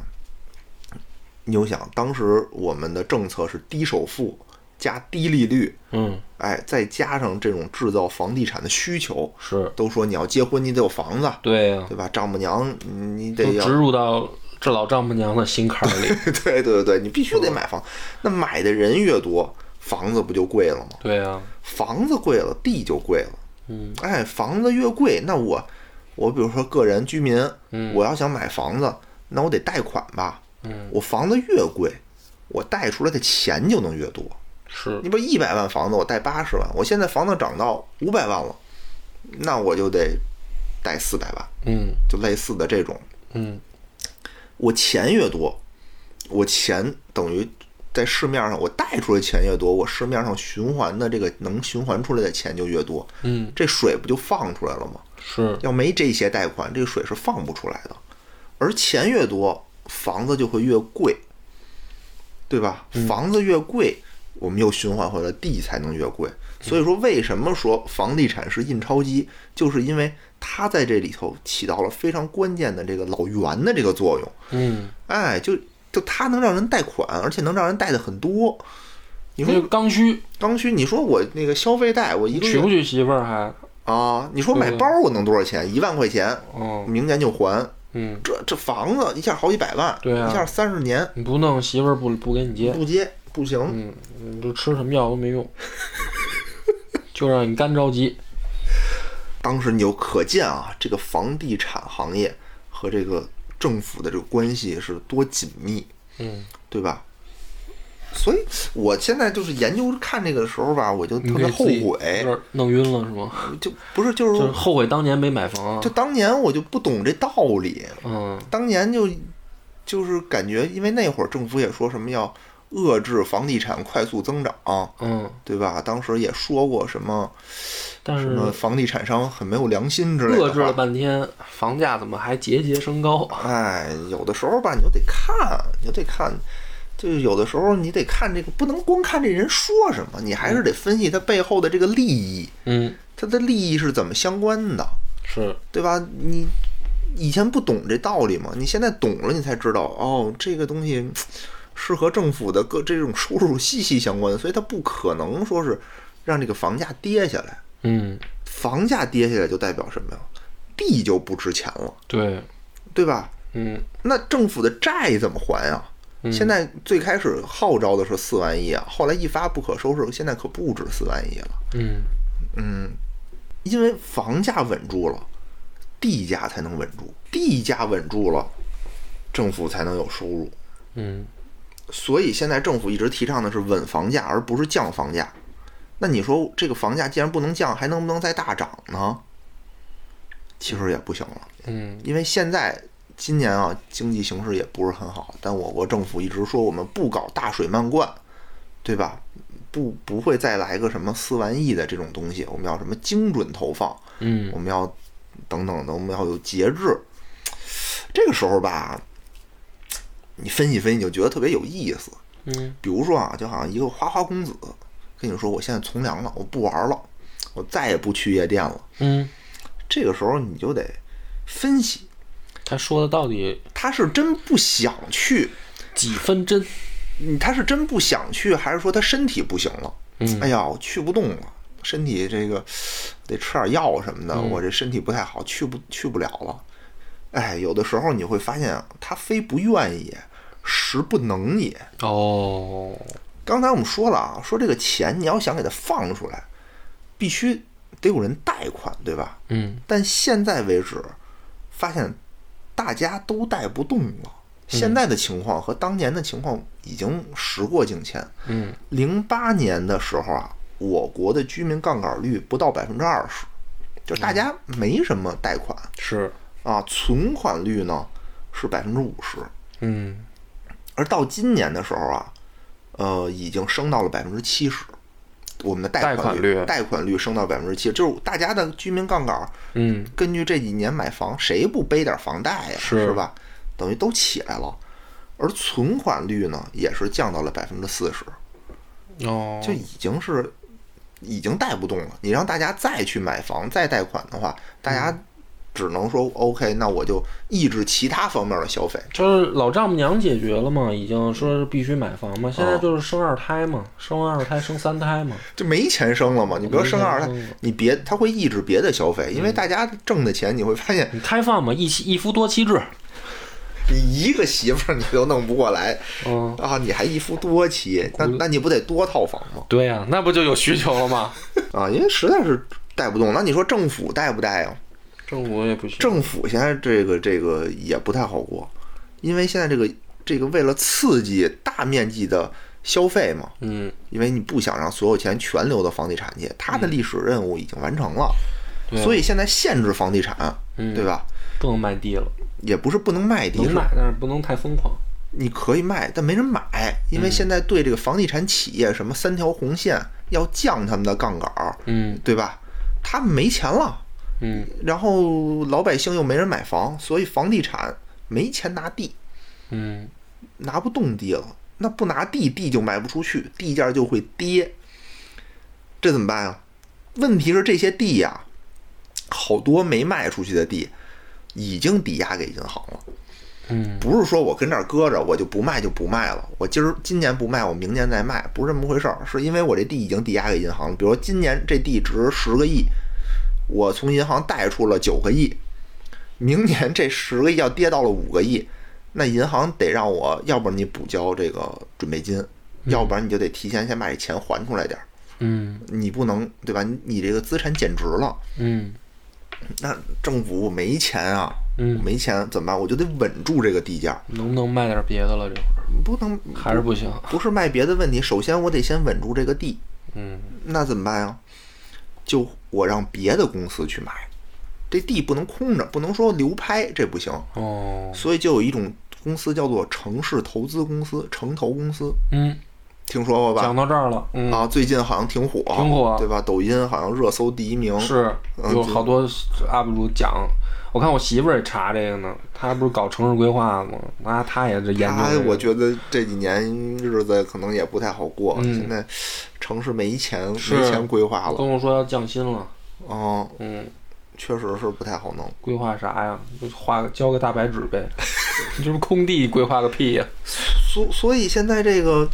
[SPEAKER 1] 你就想，当时我们的政策是低首付加低利率，
[SPEAKER 2] 嗯，
[SPEAKER 1] 哎，再加上这种制造房地产的需求，
[SPEAKER 2] 是
[SPEAKER 1] 都说你要结婚你得有房子，
[SPEAKER 2] 对呀，
[SPEAKER 1] 对吧？丈母娘你得
[SPEAKER 2] 都
[SPEAKER 1] 要
[SPEAKER 2] 植入到这老丈母娘的心坎儿 [LAUGHS] 里。
[SPEAKER 1] [LAUGHS] 对对对，你必须得买房。那买的人越多，房子不就贵了吗？
[SPEAKER 2] 对呀，
[SPEAKER 1] 房子贵了，地就贵了。
[SPEAKER 2] 嗯，
[SPEAKER 1] 哎，房子越贵，那我我比如说个人居民，
[SPEAKER 2] 嗯
[SPEAKER 1] 我要想买房子，那我得贷款吧。
[SPEAKER 2] 嗯，
[SPEAKER 1] 我房子越贵，我贷出来的钱就能越多。
[SPEAKER 2] 是
[SPEAKER 1] 你，比如一百万房子，我贷八十万，我现在房子涨到五百万了，那我就得贷四百万，
[SPEAKER 2] 嗯
[SPEAKER 1] 就类似的这种。
[SPEAKER 2] 嗯
[SPEAKER 1] 我钱越多，我钱等于在市面上我贷出来钱越多，我市面上循环的这个能循环出来的钱就越多，
[SPEAKER 2] 嗯，
[SPEAKER 1] 这水不就放出来了吗？
[SPEAKER 2] 是，
[SPEAKER 1] 要没这些贷款，这个水是放不出来的。而钱越多，房子就会越贵，对吧？房子越贵，我们又循环回来，地才能越贵。所以说，为什么说房地产是印钞机，就是因为它在这里头起到了非常关键的这个老袁的这个作用。
[SPEAKER 2] 嗯，
[SPEAKER 1] 哎，就就它能让人贷款，而且能让人贷的很多。你
[SPEAKER 2] 那
[SPEAKER 1] 说
[SPEAKER 2] 就刚需，
[SPEAKER 1] 刚需，你说我那个消费贷，我一个
[SPEAKER 2] 娶不
[SPEAKER 1] 月
[SPEAKER 2] 娶媳妇儿还，
[SPEAKER 1] 啊，你说买包我能多少钱？一万块钱，
[SPEAKER 2] 嗯
[SPEAKER 1] 明年就还。
[SPEAKER 2] 嗯，
[SPEAKER 1] 这这房子一下好几百万，
[SPEAKER 2] 对啊
[SPEAKER 1] 一下三十年
[SPEAKER 2] 你不弄媳妇儿不不给你接，
[SPEAKER 1] 不接不行。
[SPEAKER 2] 嗯，你就吃什么药都没 [LAUGHS] 用，就让你干着急。
[SPEAKER 1] 当时你就可见啊，这个房地产行业和这个政府的这个关系是多紧密，
[SPEAKER 2] 嗯，
[SPEAKER 1] 对吧？所以我现在就是研究看这个的时候吧，我就
[SPEAKER 2] 你
[SPEAKER 1] 特别
[SPEAKER 2] 给
[SPEAKER 1] 后
[SPEAKER 2] 自己有
[SPEAKER 1] 悔，
[SPEAKER 2] 点弄晕了是 [LAUGHS] 吗？
[SPEAKER 1] 就不是就是
[SPEAKER 2] 就
[SPEAKER 1] 说，
[SPEAKER 2] 是后悔当年没买房。啊
[SPEAKER 1] 就当年我就不懂这道理，
[SPEAKER 2] 嗯
[SPEAKER 1] 当年就就是感觉，因为那会儿政府也说什么要遏制房地产快速增长，
[SPEAKER 2] 嗯，
[SPEAKER 1] 对吧？当时也说过什么
[SPEAKER 2] 但
[SPEAKER 1] 什
[SPEAKER 2] 是
[SPEAKER 1] 么房地产商很没有良心之类
[SPEAKER 2] 嗯遏
[SPEAKER 1] 的
[SPEAKER 2] 制了
[SPEAKER 1] 话。
[SPEAKER 2] 半天，房价怎么还节节升高？啊
[SPEAKER 1] 哎，有的时候吧，你就得看，你就得看，就是有的时候你得看这个，不能光看这人说什么，你还是得分析他背后的这个利益，
[SPEAKER 2] [LAUGHS] 嗯，
[SPEAKER 1] 他的利益是怎么相关的，
[SPEAKER 2] 是，
[SPEAKER 1] 对吧？你以前不懂这道理嘛，你现在懂了，你才知道哦，这个东西是和政府的各这种收入息息相关，所以它不可能说是让这个房价跌下来。
[SPEAKER 2] 嗯，
[SPEAKER 1] 房价跌下来就代表什么呀？地就不值钱了，
[SPEAKER 2] 对，
[SPEAKER 1] 对吧？
[SPEAKER 2] 嗯
[SPEAKER 1] 那政府的债怎么还呀、
[SPEAKER 2] 嗯
[SPEAKER 1] 现在最开始号召的是四万亿啊，后来一发不可收拾，现在可不止四万亿了。
[SPEAKER 2] 嗯
[SPEAKER 1] 因为房价稳住了，地价才能稳住，地价稳住了，政府才能有收入。
[SPEAKER 2] 嗯，
[SPEAKER 1] 所以现在政府一直提倡的是稳房价，而不是降房价。那你说这个房价既然不能降，还能不能再大涨呢？其实也不行了，
[SPEAKER 2] 嗯
[SPEAKER 1] 因为现在今年啊经济形势也不是很好，但我国政府一直说我们不搞大水漫灌，对吧？不不会再来个什么四万亿的这种东西，我们要什么精准投放，
[SPEAKER 2] 嗯
[SPEAKER 1] 我们要等等的，我们要有节制。这个时候吧，你分析分析，你就觉得特别有意思。
[SPEAKER 2] 嗯
[SPEAKER 1] 比如说啊，就好像一个花花公子跟你说，我现在从良了，我不玩了，我再也不去夜店了。
[SPEAKER 2] 嗯，
[SPEAKER 1] 这个时候你就得分析，
[SPEAKER 2] 他说的到底
[SPEAKER 1] 他是真不想去，
[SPEAKER 2] 几分真？
[SPEAKER 1] 嗯他是真不想去，还是说他身体不行了？
[SPEAKER 2] 嗯
[SPEAKER 1] 哎呀，我去不动了，身体这个得吃点药什么的，我这身体不太好，去不去不了了。哎，有的时候你会发现啊，他非不愿意，实不能也。
[SPEAKER 2] 哦，
[SPEAKER 1] 刚才我们说了啊，说这个钱你要想给它放出来，必须得有人贷款，对吧？
[SPEAKER 2] 嗯
[SPEAKER 1] 但现在为止，发现大家都贷不动了。现在的情况和当年的情况已经时过境迁。
[SPEAKER 2] 嗯，
[SPEAKER 1] 零八年的时候啊，我国的居民杠杆率不到百分之二十，就是大家没什么贷款、
[SPEAKER 2] 是，
[SPEAKER 1] 啊，存款率呢是百分之五十，
[SPEAKER 2] 嗯
[SPEAKER 1] 而到今年的时候啊，呃，已经升到了百分之七十。我们的贷款
[SPEAKER 2] 贷款率
[SPEAKER 1] 贷款率升到百分之七，就是大家的居民杠杆，
[SPEAKER 2] 嗯
[SPEAKER 1] 根据这几年买房，谁不背点房贷呀？
[SPEAKER 2] 是
[SPEAKER 1] 是吧？等于都起来了，而存款率呢，也是降到了百分之四十，
[SPEAKER 2] 哦，
[SPEAKER 1] 就已经是已经贷不动了。你让大家再去买房、再贷款的话，大
[SPEAKER 2] 嗯
[SPEAKER 1] 家只能说、OK，那我就抑制其他方面的消费。
[SPEAKER 2] 就是老丈母娘解决了嘛，已经说是必须买房嘛，现在就是生二胎嘛，生完二胎生三胎嘛，
[SPEAKER 1] 就没钱生了嘛，你别生二胎
[SPEAKER 2] 没钱生了，嗯
[SPEAKER 1] 你别，他会抑制别的消费，因为大家挣的钱，你会发现
[SPEAKER 2] 你开放嘛，一妻一夫多妻制，
[SPEAKER 1] 你一个媳妇儿你都弄不过来
[SPEAKER 2] 嗯，
[SPEAKER 1] 啊，你还一夫多妻，那那你不得多套房吗？
[SPEAKER 2] 对呀、那不就有需求了吗？
[SPEAKER 1] 啊，因为实在是带不动。那你说政府带不带啊？
[SPEAKER 2] [LAUGHS] 政府也不行，
[SPEAKER 1] 政府现在这个这个也不太好过，因为现在这个这个为了刺激大面积的消费嘛，
[SPEAKER 2] 嗯，
[SPEAKER 1] 因为你不想让所有钱全流到房地产去，它的历史任务已经完成了，
[SPEAKER 2] 对啊
[SPEAKER 1] 所以现在限制房地产，
[SPEAKER 2] 嗯
[SPEAKER 1] 对吧？
[SPEAKER 2] 不能卖地了，
[SPEAKER 1] 也不是不能卖地，
[SPEAKER 2] 能
[SPEAKER 1] 是
[SPEAKER 2] 买，但是不能太疯狂。
[SPEAKER 1] 你可以卖，但没人买，因
[SPEAKER 2] 嗯
[SPEAKER 1] 为现在对这个房地产企业什么三条红线要降他们的杠杆儿，
[SPEAKER 2] 嗯
[SPEAKER 1] 对吧？他们没钱了。
[SPEAKER 2] 嗯
[SPEAKER 1] 然后老百姓又没人买房，所以房地产没钱拿地，
[SPEAKER 2] 嗯
[SPEAKER 1] 拿不动地了，那不拿地，地就卖不出去，地价就会跌。这怎么办啊？问题是这些地呀、好多没卖出去的地已经抵押给银行了，
[SPEAKER 2] 嗯
[SPEAKER 1] 不是说我跟这儿搁着，我就不卖就不卖了，我今儿今年不卖，我明年再卖，不是这么回事儿，是因为我这地已经抵押给银行了。比如说今年这地值十个亿，我从银行贷出了九个亿，明年这十个亿要跌到了五个亿，那银行得让我，要不然你补交这个准备金，要不然你就得提前先把这钱还出来点儿，
[SPEAKER 2] 嗯
[SPEAKER 1] 你不能对吧？你你这个资产减值了，
[SPEAKER 2] 嗯
[SPEAKER 1] 那政府没钱啊，
[SPEAKER 2] 嗯，
[SPEAKER 1] 没钱怎么办？我就得稳住这个地价，
[SPEAKER 2] 能不能卖点别的了？这会儿
[SPEAKER 1] 不能
[SPEAKER 2] 还是不行。
[SPEAKER 1] 不是卖别的问题，首先我得先稳住这个地，
[SPEAKER 2] 嗯
[SPEAKER 1] 那怎么办呀？就我让别的公司去买，这地不能空着，不能说流拍，这不行。
[SPEAKER 2] 哦
[SPEAKER 1] 所以就有一种公司叫做城市投资公司、城投公司，
[SPEAKER 2] 嗯，
[SPEAKER 1] 听说过吧
[SPEAKER 2] 讲？到这儿了，嗯
[SPEAKER 1] 啊，最近好像挺火，
[SPEAKER 2] 挺火
[SPEAKER 1] 对吧？抖音好像热搜第一名，
[SPEAKER 2] 是
[SPEAKER 1] 嗯就
[SPEAKER 2] 有好多 UP 主讲，我看我媳妇儿也查这个呢，她不是搞城市规划吗？那她也是研究
[SPEAKER 1] 他
[SPEAKER 2] 这个、
[SPEAKER 1] 哎我觉得这几年日子可能也不太好过，
[SPEAKER 2] 嗯
[SPEAKER 1] 现在城市没钱，没
[SPEAKER 2] 是
[SPEAKER 1] 钱规划了，
[SPEAKER 2] 跟我说要降薪了，
[SPEAKER 1] 嗯，
[SPEAKER 2] 嗯，
[SPEAKER 1] 确实是不太好弄。
[SPEAKER 2] 规划啥呀？就画个交个大白纸
[SPEAKER 1] [LAUGHS]
[SPEAKER 2] 呗，这不空地规划个屁呀、
[SPEAKER 1] 所所以现在这个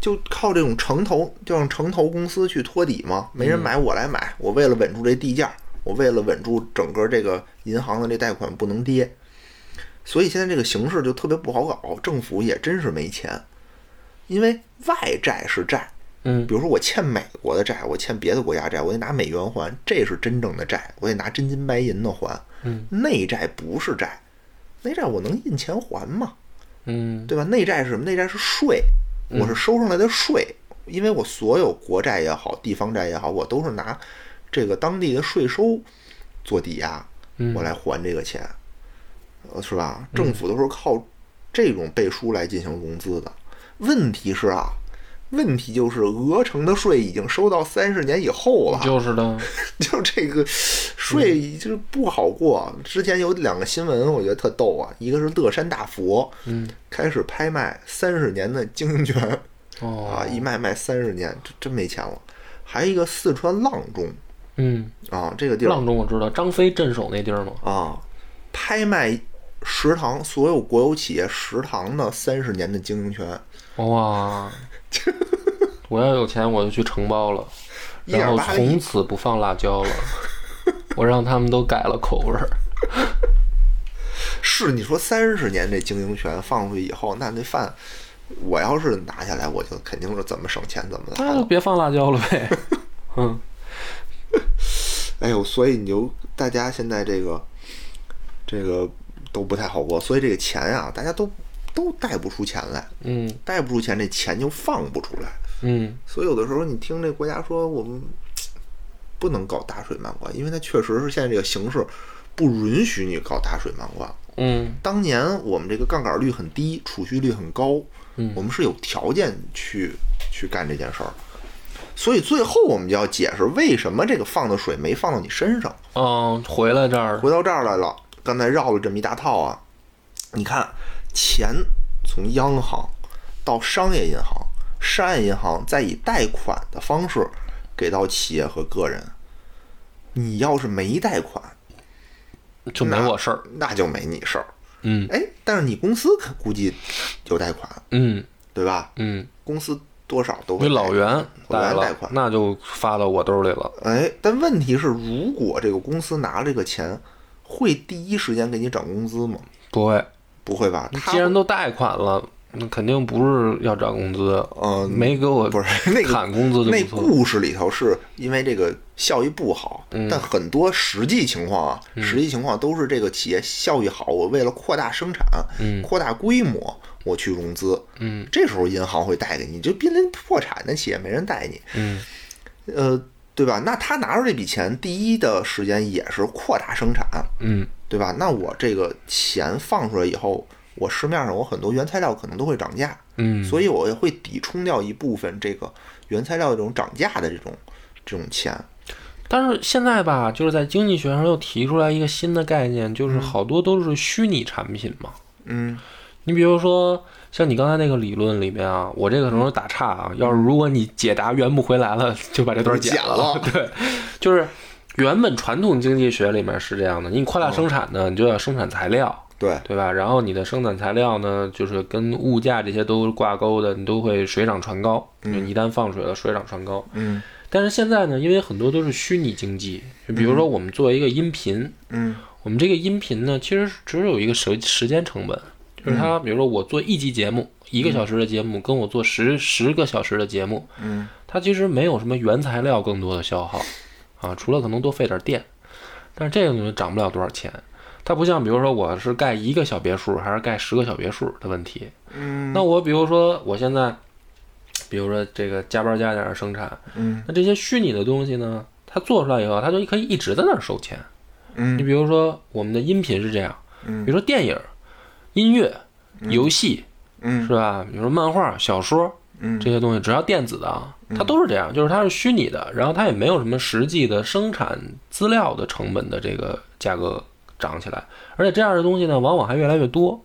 [SPEAKER 1] 就靠这种城投，就让城投公司去托底嘛，没人买我来买，我为了稳住这地价，我为了稳住整个这个银行的这贷款不能跌，所以现在这个形势就特别不好搞，政府也真是没钱，因为外债是债，
[SPEAKER 2] 嗯
[SPEAKER 1] 比如说我欠美国的债，我欠别的国家债，我得拿美元还，这是真正的债，我得拿真金白银的还，
[SPEAKER 2] 嗯
[SPEAKER 1] 内债不是债，内债我能印钱还吗？
[SPEAKER 2] 嗯
[SPEAKER 1] 对吧？内债是什么？内债是税，
[SPEAKER 2] 嗯
[SPEAKER 1] 我是收上来的税，因为我所有国债也好，地方债也好，我都是拿这个当地的税收做抵押，
[SPEAKER 2] 嗯，
[SPEAKER 1] 我来还这个钱，呃，是吧？政府都是靠这种背书来进行融资的。问题是啊，问题就是鹅城的税已经收到三十年以后了，
[SPEAKER 2] 就是的，
[SPEAKER 1] [LAUGHS] 就这个
[SPEAKER 2] 嗯
[SPEAKER 1] 税就是不好过。啊之前有两个新闻，我觉得特逗啊，一个是乐山大佛，
[SPEAKER 2] 嗯
[SPEAKER 1] 开始拍卖三十年的经营权
[SPEAKER 2] 哦
[SPEAKER 1] 啊，一卖卖三十年，这真没钱了。还有一个四川阆中
[SPEAKER 2] 嗯，
[SPEAKER 1] 啊，这个地儿
[SPEAKER 2] 阆中我知道，张飞镇守那地儿嘛，
[SPEAKER 1] 啊，拍卖食堂所有国有企业食堂的三十年的经营权，
[SPEAKER 2] 哇，我要有钱我就去承包了，
[SPEAKER 1] 一
[SPEAKER 2] 然后
[SPEAKER 1] 点八个亿
[SPEAKER 2] 从此不放辣椒了， [LAUGHS] 我让他们都改了口味儿。
[SPEAKER 1] 是你说三十年这经营权放出去以后，那那饭我要是拿下来，我就肯定是怎么省钱怎么来
[SPEAKER 2] 那就
[SPEAKER 1] 了。
[SPEAKER 2] 别放辣椒了呗。 [LAUGHS] 嗯
[SPEAKER 1] 哎呦，所以你就大家现在这个这个都不太好过，所以这个钱啊，大家都都贷不出钱来。
[SPEAKER 2] 嗯
[SPEAKER 1] 贷不出钱，这钱就放不出来。
[SPEAKER 2] 嗯
[SPEAKER 1] 所以有的时候你听这国家说我们不能搞大水漫灌，因为它确实是现在这个形势不允许你搞大水漫灌。
[SPEAKER 2] 嗯
[SPEAKER 1] 当年我们这个杠杆率很低，储蓄率很高，
[SPEAKER 2] 嗯
[SPEAKER 1] 我们是有条件去去干这件事儿。所以最后我们就要解释为什么这个放的水没放到你身上。
[SPEAKER 2] 哦，回来这儿，
[SPEAKER 1] 回到这儿来了，刚才绕了这么一大套啊。你看，钱从央行到商业银行，商业银行再以贷款的方式给到企业和个人。你要是没贷款，
[SPEAKER 2] 就没我事儿。
[SPEAKER 1] 那就没你事儿。
[SPEAKER 2] 嗯
[SPEAKER 1] 哎，但是你公司可估计有贷款，
[SPEAKER 2] 嗯
[SPEAKER 1] 对吧？
[SPEAKER 2] 嗯，
[SPEAKER 1] 公司多少都会
[SPEAKER 2] 你
[SPEAKER 1] 贷
[SPEAKER 2] 老袁
[SPEAKER 1] 老
[SPEAKER 2] 带
[SPEAKER 1] 袁贷
[SPEAKER 2] 了
[SPEAKER 1] 款，
[SPEAKER 2] 那就发到我兜里了。
[SPEAKER 1] 哎，但问题是，如果这个公司拿这个钱，会第一时间给你涨工资吗？
[SPEAKER 2] 不会，
[SPEAKER 1] 不会吧？他
[SPEAKER 2] 既然都贷款了，那肯定不是要涨工资，
[SPEAKER 1] 嗯，
[SPEAKER 2] 没给我
[SPEAKER 1] 不是那个
[SPEAKER 2] 砍工资就
[SPEAKER 1] 那
[SPEAKER 2] 不错。
[SPEAKER 1] 故事里头是因为这个效益不好，
[SPEAKER 2] 嗯
[SPEAKER 1] 但很多实际情况啊，实际情况都是这个企业效益好，我为了扩大生产、
[SPEAKER 2] 嗯
[SPEAKER 1] 扩大规模，我去融资，
[SPEAKER 2] 嗯
[SPEAKER 1] 这时候银行会贷给你，就濒临破产的企业没人贷你，
[SPEAKER 2] 嗯
[SPEAKER 1] 呃，对吧？那他拿出这笔钱，第一的时间也是扩大生产，
[SPEAKER 2] 嗯
[SPEAKER 1] 对吧？那我这个钱放出来以后，我市面上我很多原材料可能都会涨价，
[SPEAKER 2] 嗯
[SPEAKER 1] 所以我也会抵冲掉一部分这个原材料的这种涨价的这种这种钱。
[SPEAKER 2] 但是现在吧，就是在经济学上又提出来一个新的概念，就是好多都是虚拟产品嘛。
[SPEAKER 1] 嗯
[SPEAKER 2] 你比如说，像你刚才那个理论里面啊，我这个可能是打岔啊。要是如果你解答圆不回来了， [LAUGHS] 就把这段剪了。
[SPEAKER 1] [LAUGHS]
[SPEAKER 2] 对，就是原本传统经济学里面是这样的，你扩大生产呢，你就要生产材料，
[SPEAKER 1] 对，
[SPEAKER 2] 对吧？然后你的生产材料呢，就是跟物价这些都是挂钩的，你都会水涨船高。就你一旦放水了，水涨船高。
[SPEAKER 1] 嗯
[SPEAKER 2] 但是现在呢，因为很多都是虚拟经济，就比如说我们做一个音频，
[SPEAKER 1] 嗯
[SPEAKER 2] 我们这个音频呢，其实只有一个时时间成本，就是它，比如说我做一集节目，一个小时的节目，跟我做十十个小时的节目，
[SPEAKER 1] 嗯，
[SPEAKER 2] 它其实没有什么原材料更多的消耗啊，除了可能多费点电，但是这个东西涨不了多少钱。它不像，比如说我是盖一个小别墅还是盖十个小别墅的问题。
[SPEAKER 1] 嗯
[SPEAKER 2] 那我比如说我现在，比如说这个加班加点儿生产，
[SPEAKER 1] 嗯
[SPEAKER 2] 那这些虚拟的东西呢，它做出来以后，它就可以一直在那儿收钱。你
[SPEAKER 1] 嗯
[SPEAKER 2] 比如说我们的音频是这样，
[SPEAKER 1] 嗯
[SPEAKER 2] 比如说电影、音乐、游戏
[SPEAKER 1] 嗯
[SPEAKER 2] 是吧？比如说漫画、小说
[SPEAKER 1] 嗯
[SPEAKER 2] 这些东西，只要电子的啊，它都是这样，就是它是虚拟的，然后它也没有什么实际的生产资料的成本的这个价格涨起来，而且这样的东西呢，往往还越来越多。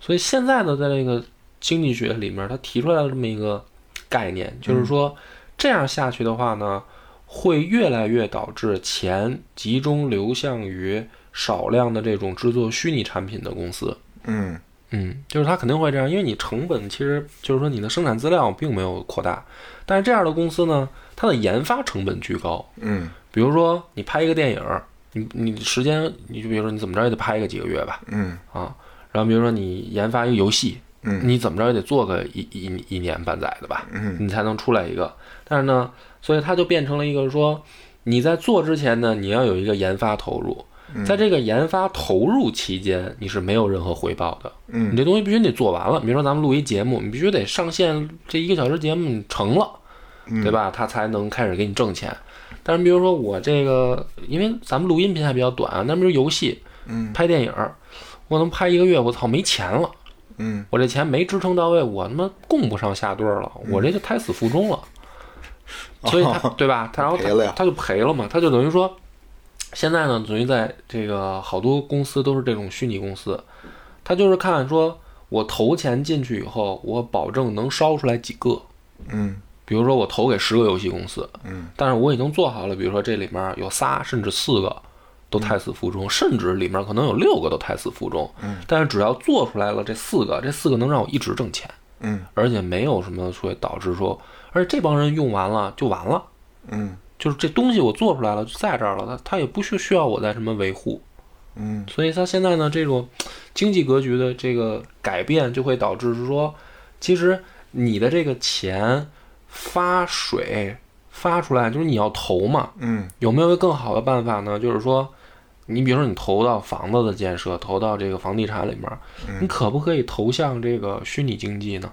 [SPEAKER 2] 所以现在呢，在这个经济学里面，它提出来了这么一个概念，就是说这样下去的话呢，会越来越导致钱集中流向于少量的这种制作虚拟产品的公司。
[SPEAKER 1] 嗯
[SPEAKER 2] 嗯，就是它肯定会这样，因为你成本其实就是说你的生产资料并没有扩大，但是这样的公司呢，它的研发成本巨高。
[SPEAKER 1] 嗯
[SPEAKER 2] 比如说你拍一个电影儿，你你时间，你就比如说你怎么着也得拍个几个月吧，
[SPEAKER 1] 嗯
[SPEAKER 2] 啊，然后比如说你研发一个游戏，
[SPEAKER 1] 嗯
[SPEAKER 2] 你怎么着也得做个一一一年半载的吧，
[SPEAKER 1] 嗯
[SPEAKER 2] 你才能出来一个。但是呢，所以它就变成了一个说，你在做之前呢，你要有一个研发投入，在这个研发投入期间，你是没有任何回报的。你
[SPEAKER 1] 嗯
[SPEAKER 2] 这东西必须得做完了。比如说咱们录一节目，你必须得上线这一个小时节目你成了，
[SPEAKER 1] 嗯
[SPEAKER 2] 对吧？他才能开始给你挣钱。但是比如说我这个，因为咱们录音频还比较短啊，那比如游戏、
[SPEAKER 1] 嗯
[SPEAKER 2] 拍电影，我能拍一个月，我操，没钱了，
[SPEAKER 1] 嗯，
[SPEAKER 2] 我这钱没支撑到位，我他妈供不上下顿了，我这就胎死腹中了。所以
[SPEAKER 1] [LAUGHS]
[SPEAKER 2] 他对吧？他然后
[SPEAKER 1] 赔了
[SPEAKER 2] 他
[SPEAKER 1] 呀
[SPEAKER 2] 他就赔了嘛，他就等于说，现在呢，等于在这个好多公司都是这种虚拟公司，他就是看说我投钱进去以后，我保证能烧出来几个。
[SPEAKER 1] 嗯
[SPEAKER 2] 比如说我投给十个游戏公司，
[SPEAKER 1] 嗯，
[SPEAKER 2] 但是我已经做好了，比如说这里面有仨甚至四个都胎死腹中，甚至里面可能有六个都胎死腹中，
[SPEAKER 1] 嗯，
[SPEAKER 2] 但是只要做出来了这四个，这四个能让我一直挣钱，
[SPEAKER 1] 嗯
[SPEAKER 2] 而且没有什么会导致说，而且这帮人用完了就完了。
[SPEAKER 1] 嗯
[SPEAKER 2] 就是这东西我做出来了，就在这儿了，它它也不需需要我再什么维护，
[SPEAKER 1] 嗯
[SPEAKER 2] 所以它现在呢这种经济格局的这个改变，就会导致是说，其实你的这个钱发水发出来，就是你要投嘛，
[SPEAKER 1] 嗯
[SPEAKER 2] 有没有一个更好的办法呢？就是说，你比如说你投到房子的建设，投到这个房地产里面，你可不可以投向这个虚拟经济呢？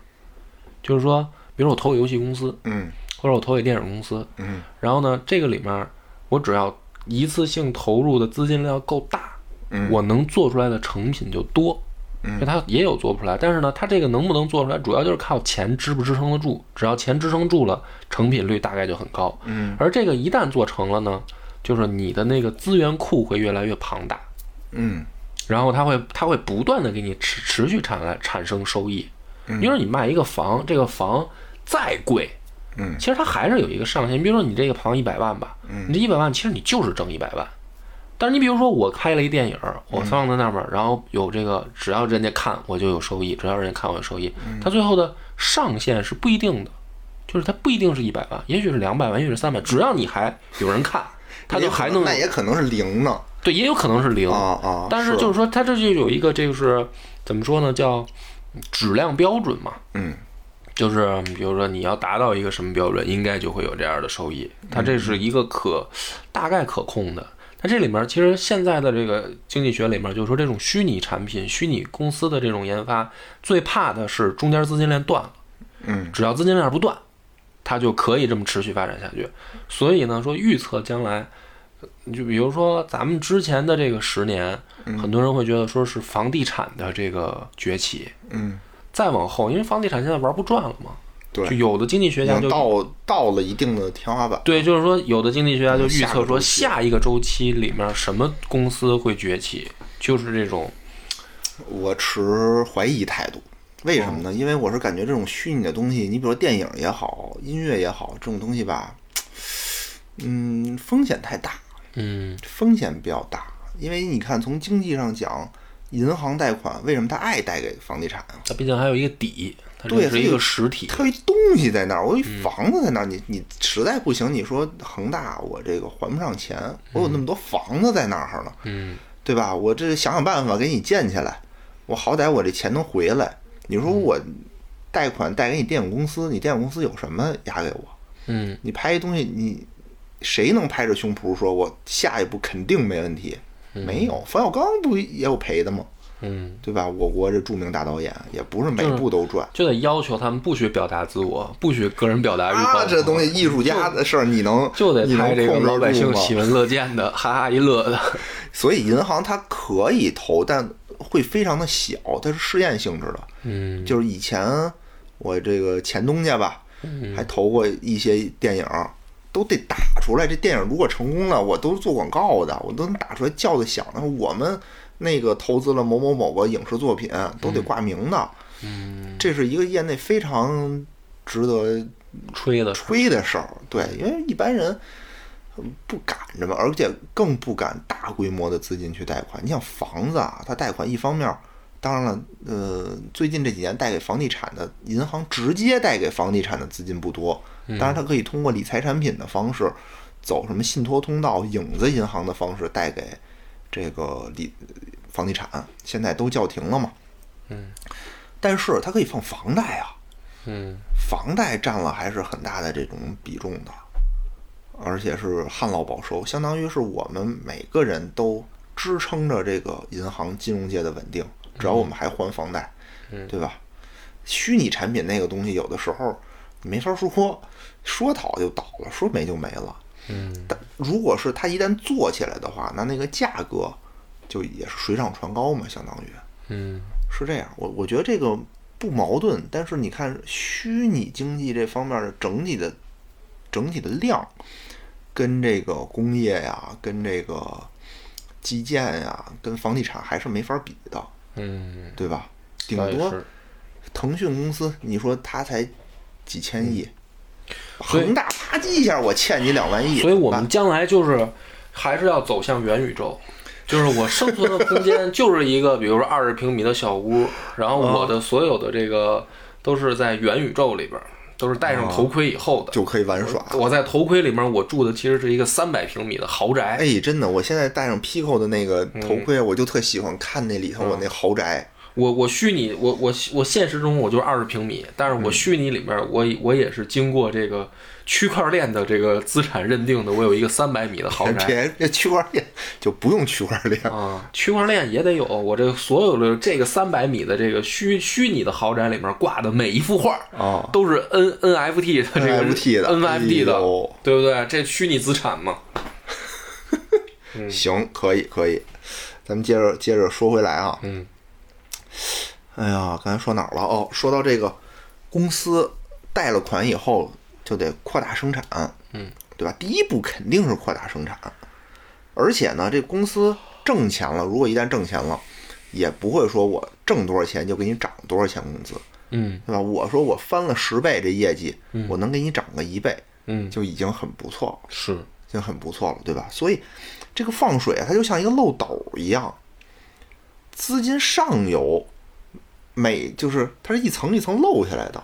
[SPEAKER 2] 就是说，比如我投给游戏公司，
[SPEAKER 1] 嗯
[SPEAKER 2] 或者我投给电影公司，
[SPEAKER 1] 嗯
[SPEAKER 2] 然后呢，这个里面我只要一次性投入的资金量够大，
[SPEAKER 1] 嗯
[SPEAKER 2] 我能做出来的成品就多。
[SPEAKER 1] 嗯
[SPEAKER 2] 就它也有做不出来，但是呢，它这个能不能做出来，主要就是靠钱支不支撑得住。只要钱支撑住了，成品率大概就很高。
[SPEAKER 1] 嗯
[SPEAKER 2] 而这个一旦做成了呢，就是你的那个资源库会越来越庞大，
[SPEAKER 1] 嗯
[SPEAKER 2] 然后它会它会不断的给你持持续产来产生收益。比如说你卖一个房，这个房再贵，
[SPEAKER 1] 嗯
[SPEAKER 2] 其实它还是有一个上限。你比如说你这个房一百万吧，你这一百万其实你就是挣一百万。但是你比如说我拍了一电影，我放在那边，然后有这个，只要人家看我就有收益，只要人家看我有收益，它最后的上限是不一定的，就是它不一定是一百万，也许是两百万，也许是三百，只要你还有人看，它就还能
[SPEAKER 1] 那也可能是零呢
[SPEAKER 2] 对，也有可能是零
[SPEAKER 1] 啊啊！
[SPEAKER 2] 但是就是说，它这就有一个，这就是怎么说呢，叫质量标准嘛。
[SPEAKER 1] 嗯
[SPEAKER 2] 就是比如说你要达到一个什么标准，应该就会有这样的收益。它这
[SPEAKER 1] 嗯
[SPEAKER 2] 是一个可大概可控的。它这里面其实现在的这个经济学里面，就是说这种虚拟产品、虚拟公司的这种研发，最怕的是中间资金链断了。
[SPEAKER 1] 嗯
[SPEAKER 2] 只要资金链不断，它就可以这么持续发展下去。所以呢，说预测将来，呃就比如说咱们之前的这个十年，很多人会觉得说是房地产的这个崛起，
[SPEAKER 1] 嗯
[SPEAKER 2] 再往后，因为房地产现在玩不转了嘛，
[SPEAKER 1] 对
[SPEAKER 2] 就有的经济学
[SPEAKER 1] 已
[SPEAKER 2] 家
[SPEAKER 1] 经
[SPEAKER 2] 就
[SPEAKER 1] 到到了一定的天花板。
[SPEAKER 2] 对，就是说有的经济学家就预测说，
[SPEAKER 1] 下
[SPEAKER 2] 下一个周期里面什么公司会崛起，就是这种
[SPEAKER 1] 我持怀疑态度，为什么呢？因为我是感觉这种虚拟的东西，你比如说电影也好，音乐也好，这种东西吧，嗯，风险太大，
[SPEAKER 2] 嗯
[SPEAKER 1] 风险比较大。因为你看，从经济上讲，银行贷款为什么它爱贷给房地产啊？
[SPEAKER 2] 它毕竟还有一个底，它
[SPEAKER 1] 对
[SPEAKER 2] 这是
[SPEAKER 1] 它
[SPEAKER 2] 一
[SPEAKER 1] 有
[SPEAKER 2] 个实体。
[SPEAKER 1] 它有一东西在那儿，我有
[SPEAKER 2] 嗯
[SPEAKER 1] 一房子在那儿，你你实在不行，你说恒大我这个还不上钱，我有那么多房子在那儿呢，
[SPEAKER 2] 嗯，
[SPEAKER 1] 对吧？我这想想办法给你建起来，我好歹我这钱能回来。你说
[SPEAKER 2] 嗯
[SPEAKER 1] 我贷款贷给你电影公司，你电影公司有什么压给我？
[SPEAKER 2] 嗯
[SPEAKER 1] 你拍一东西，你谁能拍着胸脯说我下一步肯定没问题？没有，冯小刚不也有赔的吗？
[SPEAKER 2] 嗯，
[SPEAKER 1] 对吧？我国这著名大导演也不是每部都赚。
[SPEAKER 2] 就得要求他们不许表达自我，不许个人表达欲望。
[SPEAKER 1] 啊，这东西艺术家的事儿，你能
[SPEAKER 2] 就得
[SPEAKER 1] 你能
[SPEAKER 2] 拍这个
[SPEAKER 1] 控制
[SPEAKER 2] 老百
[SPEAKER 1] 住
[SPEAKER 2] 姓
[SPEAKER 1] 吗
[SPEAKER 2] 喜闻乐见的，哈哈一乐的。
[SPEAKER 1] 所以银行它可以投，但会非常的小，它是试验性质的。
[SPEAKER 2] [LAUGHS] 嗯
[SPEAKER 1] 就是以前我这个前东家吧，
[SPEAKER 2] 嗯
[SPEAKER 1] 还投过一些电影，都得打出来。这电影如果成功了，我都是做广告的，我都能打出来叫的响的。我们那个投资了某某某个影视作品，都得挂名的。
[SPEAKER 2] 嗯，
[SPEAKER 1] 这是一个业内非常值得
[SPEAKER 2] 吹的，
[SPEAKER 1] 吹的事儿，对，因为一般人嗯不敢这么，而且更不敢大规模的资金去贷款。你想房子啊，它贷款一方面儿，当然了，呃，最近这几年贷给房地产的银行直接贷给房地产的资金不多，当然它可以通过理财产品的方式，走什么信托通道、影子银行的方式贷给这个理房地产，现在都叫停了嘛。
[SPEAKER 2] 嗯，
[SPEAKER 1] 但是它可以放房贷啊。
[SPEAKER 2] 嗯
[SPEAKER 1] 房贷占了还是很大的这种比重的，而且是旱涝保收，相当于是我们每个人都支撑着这个银行金融界的稳定，只要我们还还房贷，
[SPEAKER 2] 嗯
[SPEAKER 1] 对吧？虚拟产品那个东西，有的时候你没法说，说倒就倒了，说没就没了。
[SPEAKER 2] 嗯
[SPEAKER 1] 但如果是它一旦做起来的话，那那个价格就也是水涨船高嘛，相当于。
[SPEAKER 2] 嗯
[SPEAKER 1] 是这样，我我觉得这个不矛盾，但是你看虚拟经济这方面的整体的整体的量，跟这个工业呀，跟这个基建呀，跟房地产还是没法比的，
[SPEAKER 2] 嗯，
[SPEAKER 1] 对吧？顶
[SPEAKER 2] 倒也
[SPEAKER 1] 多
[SPEAKER 2] 是
[SPEAKER 1] 腾讯公司，你说它才几千亿，
[SPEAKER 2] 嗯所以
[SPEAKER 1] 恒大啪叽一下，我欠你两万亿，
[SPEAKER 2] 所以我
[SPEAKER 1] 怎么
[SPEAKER 2] 们将来就是还是要走向元宇宙，就是我生存的空间就是一个，比 [LAUGHS] 如说二十平米的小屋，然后我的所有的这个都是在元宇宙里边儿，都是戴上头盔以后
[SPEAKER 1] 办
[SPEAKER 2] 的。
[SPEAKER 1] 就可以玩耍。
[SPEAKER 2] 我在头盔里面，我住的其实是一个三百平米的豪宅，
[SPEAKER 1] 哎，真的，我现在戴上 Pico 的那个
[SPEAKER 2] 嗯
[SPEAKER 1] 头盔，我就特喜欢看那里头我那豪宅。
[SPEAKER 2] 我我虚拟，我我我现实中我就是二十平米，但是
[SPEAKER 1] 嗯
[SPEAKER 2] 我虚拟里面我我也是经过这个区块链的这个资产认定的，我有一个三百米的豪宅。
[SPEAKER 1] 别别 [LAUGHS] 区块链就不用区块链，
[SPEAKER 2] 啊，区块链也得有。我这所有的这个三百米的这个虚虚拟的豪宅里面挂的每一幅画，
[SPEAKER 1] 哦，
[SPEAKER 2] 都是 N NFT 的这个
[SPEAKER 1] NFT 的
[SPEAKER 2] NFT
[SPEAKER 1] 哎
[SPEAKER 2] 的
[SPEAKER 1] 呦，
[SPEAKER 2] 对不对？这虚拟资产嘛，
[SPEAKER 1] 行，可以可以，咱们接着接着说回来啊，
[SPEAKER 2] 嗯，
[SPEAKER 1] 哎呀，刚才说哪儿了？哦，说到这个公司贷了款以后就得扩大生产，
[SPEAKER 2] 嗯，
[SPEAKER 1] 对吧？第一步肯定是扩大生产，而且呢，这公司挣钱了，如果一旦挣钱了，也不会说我挣多少钱就给你涨多少钱工资，
[SPEAKER 2] 嗯
[SPEAKER 1] 对吧？我说我翻了十倍这业绩，我能给你涨个一倍，
[SPEAKER 2] 嗯，
[SPEAKER 1] 就已经很不错了。
[SPEAKER 2] 是，
[SPEAKER 1] 已经很不错了，对吧？所以这个放水啊，它就像一个漏斗一样，资金上游每就是它是一层一层漏下来的，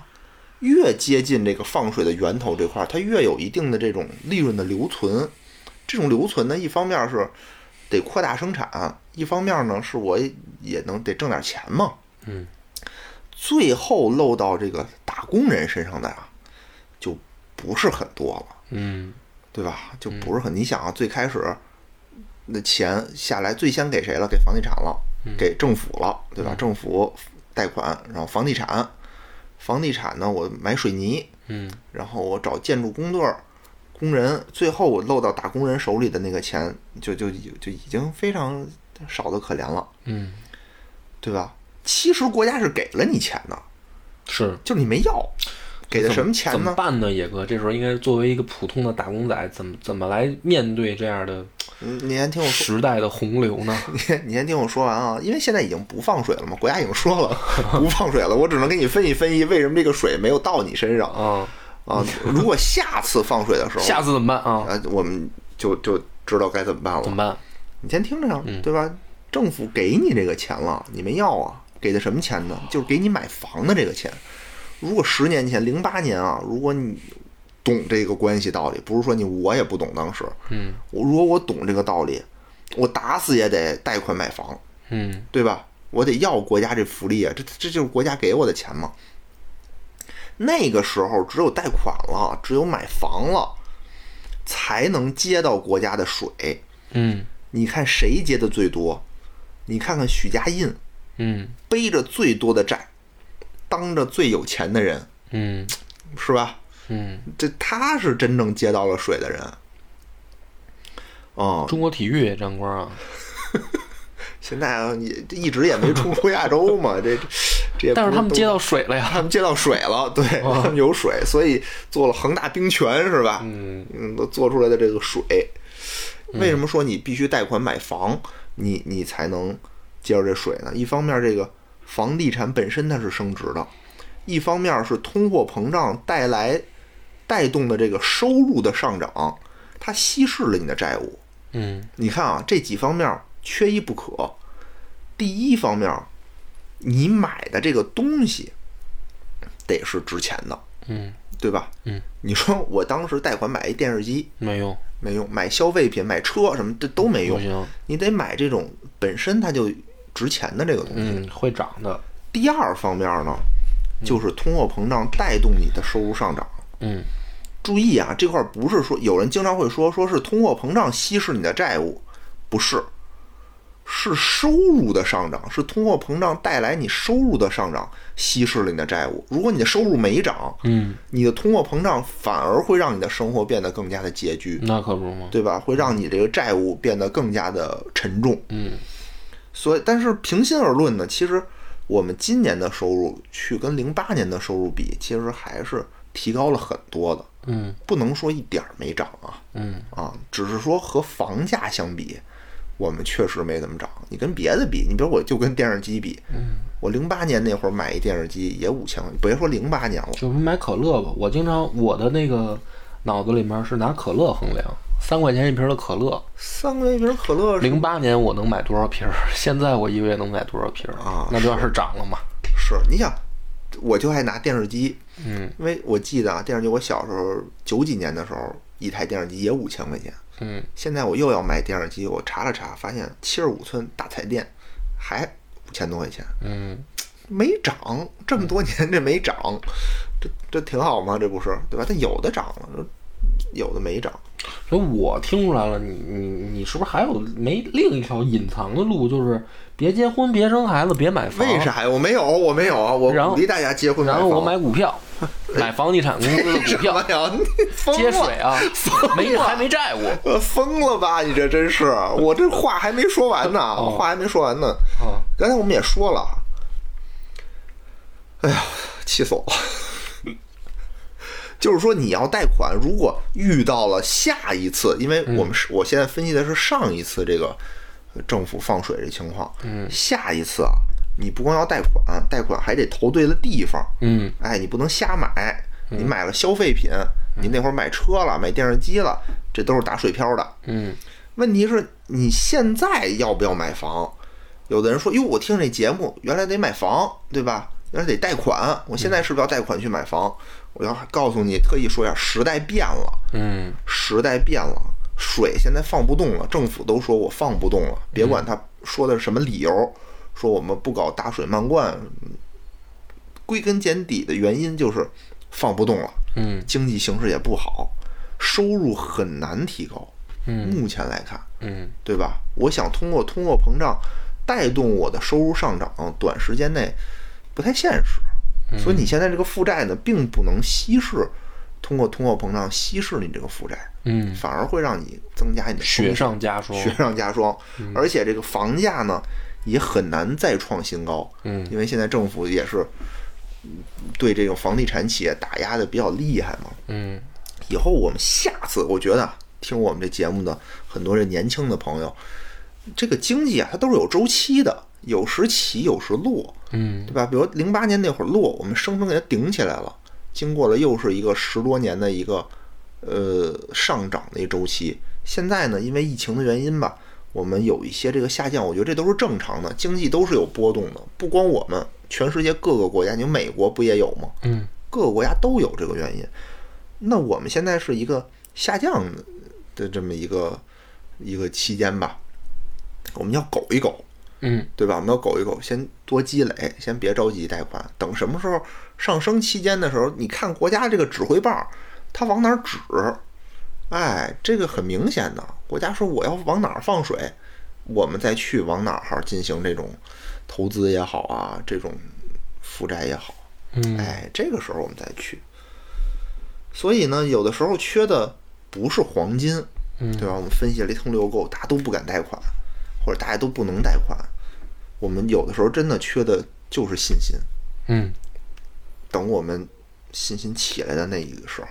[SPEAKER 1] 越接近这个放水的源头这块儿，它越有一定的这种利润的留存。这种留存呢，一方面是得扩大生产，一方面呢是我也能得挣点钱嘛。
[SPEAKER 2] 嗯，
[SPEAKER 1] 最后漏到这个打工人身上的啊，就不是很多了。
[SPEAKER 2] 嗯
[SPEAKER 1] 对吧？就不是很，你想啊，最开始那钱下来最先给谁了？给房地产了，
[SPEAKER 2] 嗯
[SPEAKER 1] 给政府了，对吧？政府贷款，然后房地产，房地产呢，我买水泥，
[SPEAKER 2] 嗯
[SPEAKER 1] 然后我找建筑工队儿、工人，最后我漏到打工人手里的那个钱，就就就就已经非常少的可怜了，
[SPEAKER 2] 嗯，
[SPEAKER 1] 对吧？其实国家是给了你钱的，
[SPEAKER 2] 是。
[SPEAKER 1] 就是你没要，给的什么钱
[SPEAKER 2] 怎么
[SPEAKER 1] 呢？
[SPEAKER 2] 办呢？野哥，这时候应该作为一个普通的打工仔，怎么怎么来面对这样的
[SPEAKER 1] 嗯你先听我说，
[SPEAKER 2] 时代的洪流
[SPEAKER 1] [LAUGHS]
[SPEAKER 2] 呢？
[SPEAKER 1] 你先听我说完啊，因为现在已经不放水了嘛，国家已经说了不放水了，我只能给你分析分析为什么这个水没有到你身上
[SPEAKER 2] 啊，
[SPEAKER 1] 啊。如果下次放水的时候，
[SPEAKER 2] 下次怎么办啊？
[SPEAKER 1] 啊，我们就就知道该怎么办
[SPEAKER 2] 怎么
[SPEAKER 1] 了。
[SPEAKER 2] 办？
[SPEAKER 1] 你先听着呀，
[SPEAKER 2] 嗯
[SPEAKER 1] 对吧？政府给你这个钱了，你没要啊？给的什么钱呢？就是给你买房的这个钱。如果十年前，零八年啊，如果你懂这个关系道理，不是说你我也不懂，当时
[SPEAKER 2] 嗯
[SPEAKER 1] 我如果我懂这个道理，我打死也得贷款买房，
[SPEAKER 2] 嗯
[SPEAKER 1] 对吧？我得要国家这福利啊，这这就是国家给我的钱嘛。那个时候只有贷款了，只有买房了，才能接到国家的水。
[SPEAKER 2] 嗯
[SPEAKER 1] 你看谁接的最多？你看看许家印
[SPEAKER 2] 嗯
[SPEAKER 1] 背着最多的债，当着最有钱的人，
[SPEAKER 2] 嗯
[SPEAKER 1] 是吧？
[SPEAKER 2] 嗯，
[SPEAKER 1] 这他是真正接到了水的人。哦，
[SPEAKER 2] 中国体育也沾光啊。
[SPEAKER 1] 现在啊也一直也没冲出亚洲嘛，这这这也不
[SPEAKER 2] 但是他们
[SPEAKER 1] 都
[SPEAKER 2] 接到水了啊哦呀。
[SPEAKER 1] 他们接到水了，对、他们有水，所以做了恒大冰泉是吧？
[SPEAKER 2] 嗯
[SPEAKER 1] 嗯，都做出来的这个水，为什么说你必须贷款买房，你你才能接着这水呢？一方面，这个房地产本身它是升值的；一方面是通货膨胀带来带动的这个收入的上涨，它稀释了你的债务。
[SPEAKER 2] 嗯
[SPEAKER 1] 你看啊，这几方面缺一不可。第一方面，你买的这个东西得是值钱的，
[SPEAKER 2] 嗯，
[SPEAKER 1] 对吧？
[SPEAKER 2] 嗯，
[SPEAKER 1] 你说我当时贷款买一电视机
[SPEAKER 2] 没用，
[SPEAKER 1] 没用，买消费品、买车什么这都没
[SPEAKER 2] 不
[SPEAKER 1] 用，
[SPEAKER 2] 行。
[SPEAKER 1] 你得买这种本身它就值钱的这个东西。
[SPEAKER 2] 嗯，会长的。
[SPEAKER 1] 第二方面呢，就是通货膨胀带动你的收入上涨。
[SPEAKER 2] 嗯
[SPEAKER 1] 注意啊，这块儿不是说有人经常会说说是通货膨胀稀释你的债务，不是，是收入的上涨，是通货膨胀带来你收入的上涨稀释了你的债务。如果你的收入没涨，
[SPEAKER 2] 嗯，
[SPEAKER 1] 你的通货膨胀反而会让你的生活变得更加的拮据，
[SPEAKER 2] 那可不是吗？
[SPEAKER 1] 对吧？会让你这个债务变得更加的沉重。
[SPEAKER 2] 嗯
[SPEAKER 1] 所以，但是平心而论呢，其实我们今年的收入去跟零八年的收入比，其实还是提高了很多的。
[SPEAKER 2] 嗯
[SPEAKER 1] 不能说一点儿没涨啊
[SPEAKER 2] 嗯
[SPEAKER 1] 啊，只是说和房价相比，我们确实没怎么涨。你跟别的比，你比如我就跟电视机比，我零八年那会儿买一电视机也五千块，别说零八年了，
[SPEAKER 2] 就跟买可乐吧。我经常我的那个脑子里面是拿可乐衡量，三块钱一瓶的可乐。
[SPEAKER 1] 三块钱一瓶可乐是
[SPEAKER 2] 零八年我能买多少瓶儿？ [LAUGHS] 现在我一个月能买多少瓶儿
[SPEAKER 1] 啊
[SPEAKER 2] 那就是涨了嘛。
[SPEAKER 1] 是，你想，我就爱拿电视机，
[SPEAKER 2] 嗯
[SPEAKER 1] 因为我记得啊，电视机我小时候九几年的时候，一台电视机也五千块钱，
[SPEAKER 2] 嗯
[SPEAKER 1] 现在我又要买电视机，我查了查，发现七十五寸大彩电还五千多块钱。
[SPEAKER 2] 嗯
[SPEAKER 1] 没涨，这么多年这没涨， [LAUGHS] 这这挺好吗？这不是对吧？但有的涨了，有的没涨。
[SPEAKER 2] 所以我听出来了，你你你是不是还有没另一条隐藏的路？就是别结婚，别生孩子，别买房。
[SPEAKER 1] 为？啥呀？我没有，我没有啊！我
[SPEAKER 2] 然后
[SPEAKER 1] 鼓励大家结婚
[SPEAKER 2] 然后我
[SPEAKER 1] 房
[SPEAKER 2] 买
[SPEAKER 1] [LAUGHS]
[SPEAKER 2] 股票，买房地产公司的股
[SPEAKER 1] 什么
[SPEAKER 2] 票，
[SPEAKER 1] 呀？你 [LAUGHS] 疯
[SPEAKER 2] 接水
[SPEAKER 1] 了！
[SPEAKER 2] 啊，没还没债务。
[SPEAKER 1] 呃，疯了吧？你这真是，我这话还没说完呢，
[SPEAKER 2] 哦
[SPEAKER 1] 话还没说完呢。
[SPEAKER 2] 啊，
[SPEAKER 1] 刚才我们也说了，啊哎呀，气死我了！就是说，你要贷款，如果遇到了下一次，因为我们是、我现在分析的是上一次这个呃政府放水这情况，
[SPEAKER 2] 嗯
[SPEAKER 1] 下一次啊，你不光要贷款，贷款还得投对了地方，
[SPEAKER 2] 嗯
[SPEAKER 1] 哎，你不能瞎买，你买了消费品，你那会儿买车了，买电视机了，这都是打水漂的，
[SPEAKER 2] 嗯
[SPEAKER 1] 问题是你现在要不要买房？有的人说：“哟，我听这节目，原来得买房，对吧？原来得贷款，我
[SPEAKER 2] 嗯
[SPEAKER 1] 现在是不是要贷款去买房？”我要告诉你，特意说一下，时代变了，
[SPEAKER 2] 嗯
[SPEAKER 1] 时代变了，水现在放不动了，政府都说我放不动了，别管他说的是什么理由，说我们不搞大水漫灌，嗯归根结底的原因就是放不动了，
[SPEAKER 2] 嗯
[SPEAKER 1] 经济形势也不好，收入很难提高，
[SPEAKER 2] 嗯
[SPEAKER 1] 目前来看。
[SPEAKER 2] 嗯
[SPEAKER 1] 对吧？我想通过通货膨胀带动我的收入上涨，短时间内不太现实。所以你现在这个负债呢，并不能稀释，通过通货膨胀稀释你这个负债，
[SPEAKER 2] 嗯，
[SPEAKER 1] 反而会让你增加你的
[SPEAKER 2] 雪
[SPEAKER 1] 风险
[SPEAKER 2] 上加霜。
[SPEAKER 1] 雪上加霜。而且这个房价呢，也很难再创新高，
[SPEAKER 2] 嗯
[SPEAKER 1] 因为现在政府也是对这种房地产企业打压的比较厉害嘛。
[SPEAKER 2] 嗯
[SPEAKER 1] 以后我们下次，我觉得啊听我们这节目的很多这年轻的朋友，这个经济啊，它都是有周期的，有时起，有时落。
[SPEAKER 2] 嗯
[SPEAKER 1] 对吧？比如零八年那会儿落，我们生生给它顶起来了，经过了又是一个十多年的一个呃上涨的一周期。现在呢，因为疫情的原因吧，我们有一些这个下降，我觉得这都是正常的，经济都是有波动的，不光我们，全世界各个国家，你说美国不也有吗？
[SPEAKER 2] 嗯
[SPEAKER 1] 各个国家都有这个原因。那我们现在是一个下降的这么一个一个期间吧，我们要苟一苟，
[SPEAKER 2] 嗯
[SPEAKER 1] 对吧？我们要苟一苟，先多积累，先别着急贷款，等什么时候上升期间的时候，你看国家这个指挥棒儿，它往哪儿指？哎，这个很明显的，国家说我要往哪儿放水，我们再去往哪儿进行这种投资也好啊，这种负债也好，
[SPEAKER 2] 嗯
[SPEAKER 1] 哎，这个时候我们再去。所以呢，有的时候缺的不是黄金，
[SPEAKER 2] 嗯
[SPEAKER 1] 对吧？我们分析了一通遛狗，大家都不敢贷款，或者大家都不能贷款。我们有的时候真的缺的就是信心。
[SPEAKER 2] 嗯
[SPEAKER 1] 等我们信心起来的那一个时候，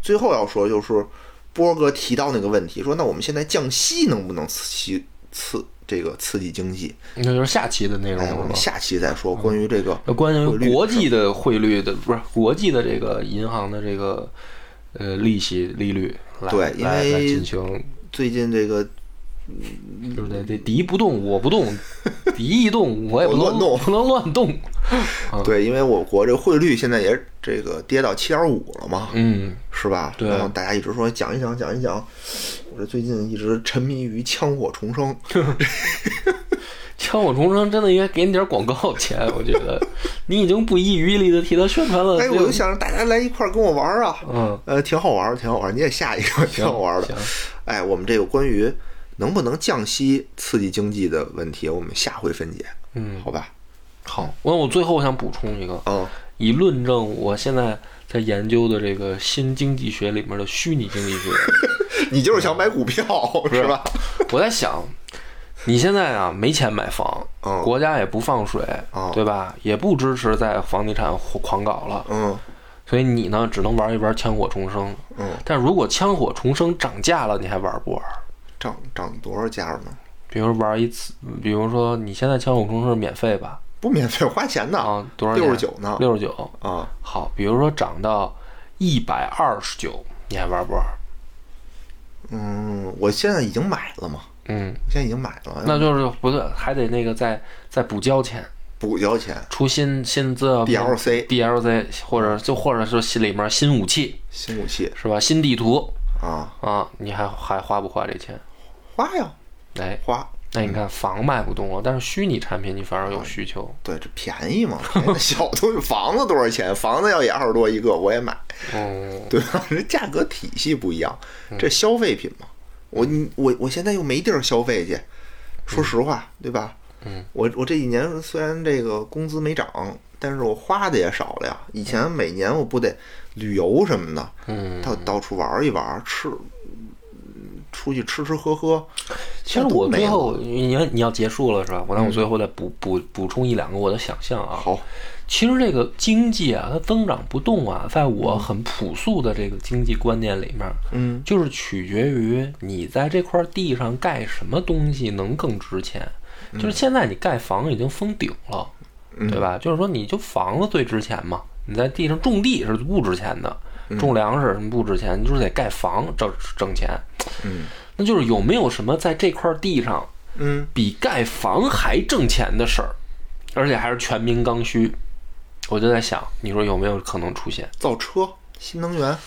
[SPEAKER 1] 最后要说就是波哥提到那个问题，说那我们现在降息能不能刺刺这个刺激经济？
[SPEAKER 2] 那就是下期的内容
[SPEAKER 1] 哎，我
[SPEAKER 2] 了
[SPEAKER 1] 们
[SPEAKER 2] 吧。
[SPEAKER 1] 下期再
[SPEAKER 2] 哦
[SPEAKER 1] 说关于这个。
[SPEAKER 2] 那呃关
[SPEAKER 1] 汇率
[SPEAKER 2] 于
[SPEAKER 1] 是
[SPEAKER 2] 国际的汇率的，不是国际的这个银行的这个呃利息利率来
[SPEAKER 1] 对因
[SPEAKER 2] 来
[SPEAKER 1] 为
[SPEAKER 2] 来进行，
[SPEAKER 1] 最近这个
[SPEAKER 2] 就是得得敌不动我不动，
[SPEAKER 1] [LAUGHS]
[SPEAKER 2] 敌一动我也不能
[SPEAKER 1] 我乱动
[SPEAKER 2] 不能乱动。嗯
[SPEAKER 1] 对，因为我国这汇率现在也这个跌到七点五了嘛，
[SPEAKER 2] 嗯，
[SPEAKER 1] 是吧？
[SPEAKER 2] 对
[SPEAKER 1] 然后大家一直说讲一讲，讲一讲。我这最近一直沉迷于枪火重
[SPEAKER 2] [LAUGHS]
[SPEAKER 1] 生，
[SPEAKER 2] 枪火重生真的应该给你点广告钱，我觉
[SPEAKER 1] [LAUGHS]
[SPEAKER 2] 得你已经不遗余力的替他宣传了。
[SPEAKER 1] 哎，我
[SPEAKER 2] 这
[SPEAKER 1] 就想让大家来一块儿跟我玩儿啊，
[SPEAKER 2] 嗯，
[SPEAKER 1] 呃，挺好玩儿，挺好玩儿，你也下一个，挺好玩儿的
[SPEAKER 2] 行。
[SPEAKER 1] 哎，我们这个关于能不能降息刺激经济的问题，我们下回分解，
[SPEAKER 2] 嗯，
[SPEAKER 1] 好吧？
[SPEAKER 2] 好。我我最后想补充一个，
[SPEAKER 1] 嗯，
[SPEAKER 2] 以论证我现在在研究的这个新经济学里面的虚拟经济学。
[SPEAKER 1] 你就是想买股票
[SPEAKER 2] 嗯
[SPEAKER 1] 是吧？
[SPEAKER 2] 我在想，你现在啊没钱买房，
[SPEAKER 1] 嗯
[SPEAKER 2] 国家也不放水，
[SPEAKER 1] 嗯
[SPEAKER 2] 对吧？也不支持在房地产狂搞了，
[SPEAKER 1] 嗯
[SPEAKER 2] 所以你呢只能玩一玩枪火重生。
[SPEAKER 1] 嗯，
[SPEAKER 2] 但如果枪火重生涨价了，你还玩不玩？
[SPEAKER 1] 涨涨多少价呢？
[SPEAKER 2] 比如玩一次，比如说你现在枪火重生是免费吧？
[SPEAKER 1] 不免费花钱的，
[SPEAKER 2] 啊，多少钱？
[SPEAKER 1] 六十九呢？
[SPEAKER 2] 六十九。
[SPEAKER 1] 啊，
[SPEAKER 2] 好，比如说涨到一百二十九，你还玩不玩？
[SPEAKER 1] 嗯，我现在已经买了嘛，
[SPEAKER 2] 嗯，
[SPEAKER 1] 我现在已经买了，
[SPEAKER 2] 那就是不对，还得那个再再补交钱，
[SPEAKER 1] 补交钱
[SPEAKER 2] 出新新资料片
[SPEAKER 1] DLC
[SPEAKER 2] DLC，或者就或者是新里面新武器
[SPEAKER 1] 新武器
[SPEAKER 2] 是吧？新地图
[SPEAKER 1] 啊，
[SPEAKER 2] 啊，你还还花不花这钱？
[SPEAKER 1] 花呀
[SPEAKER 2] 哎，
[SPEAKER 1] 花，
[SPEAKER 2] 那你看房卖不动了，但是虚拟产品你反而有需求。
[SPEAKER 1] 对，这便
[SPEAKER 2] [LAUGHS]
[SPEAKER 1] 宜嘛，便宜小东西房子多少钱？房子要也二十多一个，我也买，
[SPEAKER 2] 嗯，
[SPEAKER 1] 对吧？ [LAUGHS] 这价格体系不一样，这消费品嘛，我你我我现在又没地儿消费去，说实话，对吧？
[SPEAKER 2] 嗯，
[SPEAKER 1] 我我这几年虽然这个工资没涨，但是我花的也少了呀。以前每年我不得旅游什么的，
[SPEAKER 2] 嗯，
[SPEAKER 1] 到到处玩一玩，吃，嗯出去吃吃喝喝。
[SPEAKER 2] 其实
[SPEAKER 1] 那都
[SPEAKER 2] 我
[SPEAKER 1] 没
[SPEAKER 2] 最
[SPEAKER 1] 了
[SPEAKER 2] 后你要你要结束了是吧？我那我最后再补补补充一两个我的想象啊。
[SPEAKER 1] 好，
[SPEAKER 2] 其实这个经济啊，它增长不动啊，在我很朴素的这个经济观念里面，
[SPEAKER 1] 嗯
[SPEAKER 2] 就是取决于你在这块地上盖什么东西能更值钱。就是现在你盖房已经封顶了，对吧？就是说你就房子最值钱嘛，你在地上种地是不值钱的，种粮食什么不值钱，你就是得盖房挣挣钱。
[SPEAKER 1] 嗯
[SPEAKER 2] 那就是有没有什么在这块地上
[SPEAKER 1] 嗯
[SPEAKER 2] 比盖房还挣钱的事儿，而且还是全民刚需。我就在想，你说有没有可能出现
[SPEAKER 1] 造车，新能源，
[SPEAKER 2] 哦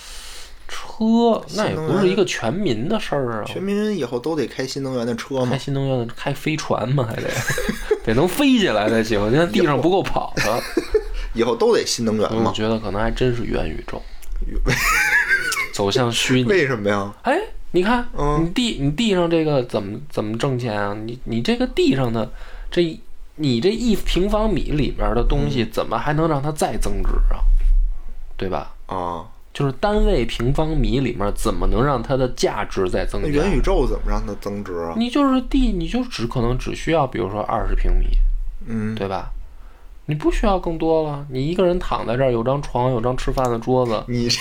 [SPEAKER 2] 车？那
[SPEAKER 1] 新
[SPEAKER 2] 也
[SPEAKER 1] 能
[SPEAKER 2] 不
[SPEAKER 1] 源
[SPEAKER 2] 是一个全民的事儿啊。
[SPEAKER 1] 全民以后都得开新能源的车嘛
[SPEAKER 2] 开。新能源的开飞船嘛，还得 [LAUGHS] 得能飞起来才行。现在地上不够跑的，
[SPEAKER 1] 以后都得新能源
[SPEAKER 2] 我
[SPEAKER 1] 嘛？
[SPEAKER 2] 觉得可能还真是元宇宙走向虚拟。
[SPEAKER 1] 为什么呀？
[SPEAKER 2] 哎，你看，
[SPEAKER 1] 嗯
[SPEAKER 2] 你地你地上这个怎么怎么挣钱啊？你你这个地上的这一你这一平方米里面的东
[SPEAKER 1] 嗯
[SPEAKER 2] 西，怎么还能让它再增值啊？对吧？
[SPEAKER 1] 啊，
[SPEAKER 2] 就是单位平方米里面，怎么能让它的价值再增
[SPEAKER 1] 那
[SPEAKER 2] 加？
[SPEAKER 1] 元宇宙怎么让它增值啊？
[SPEAKER 2] 你就是地，你就只可能只需要，比如说二十平米，
[SPEAKER 1] 嗯，
[SPEAKER 2] 对吧？你不需要更多了，你一个人躺在这儿，有张床，有张吃饭的桌子，
[SPEAKER 1] 你这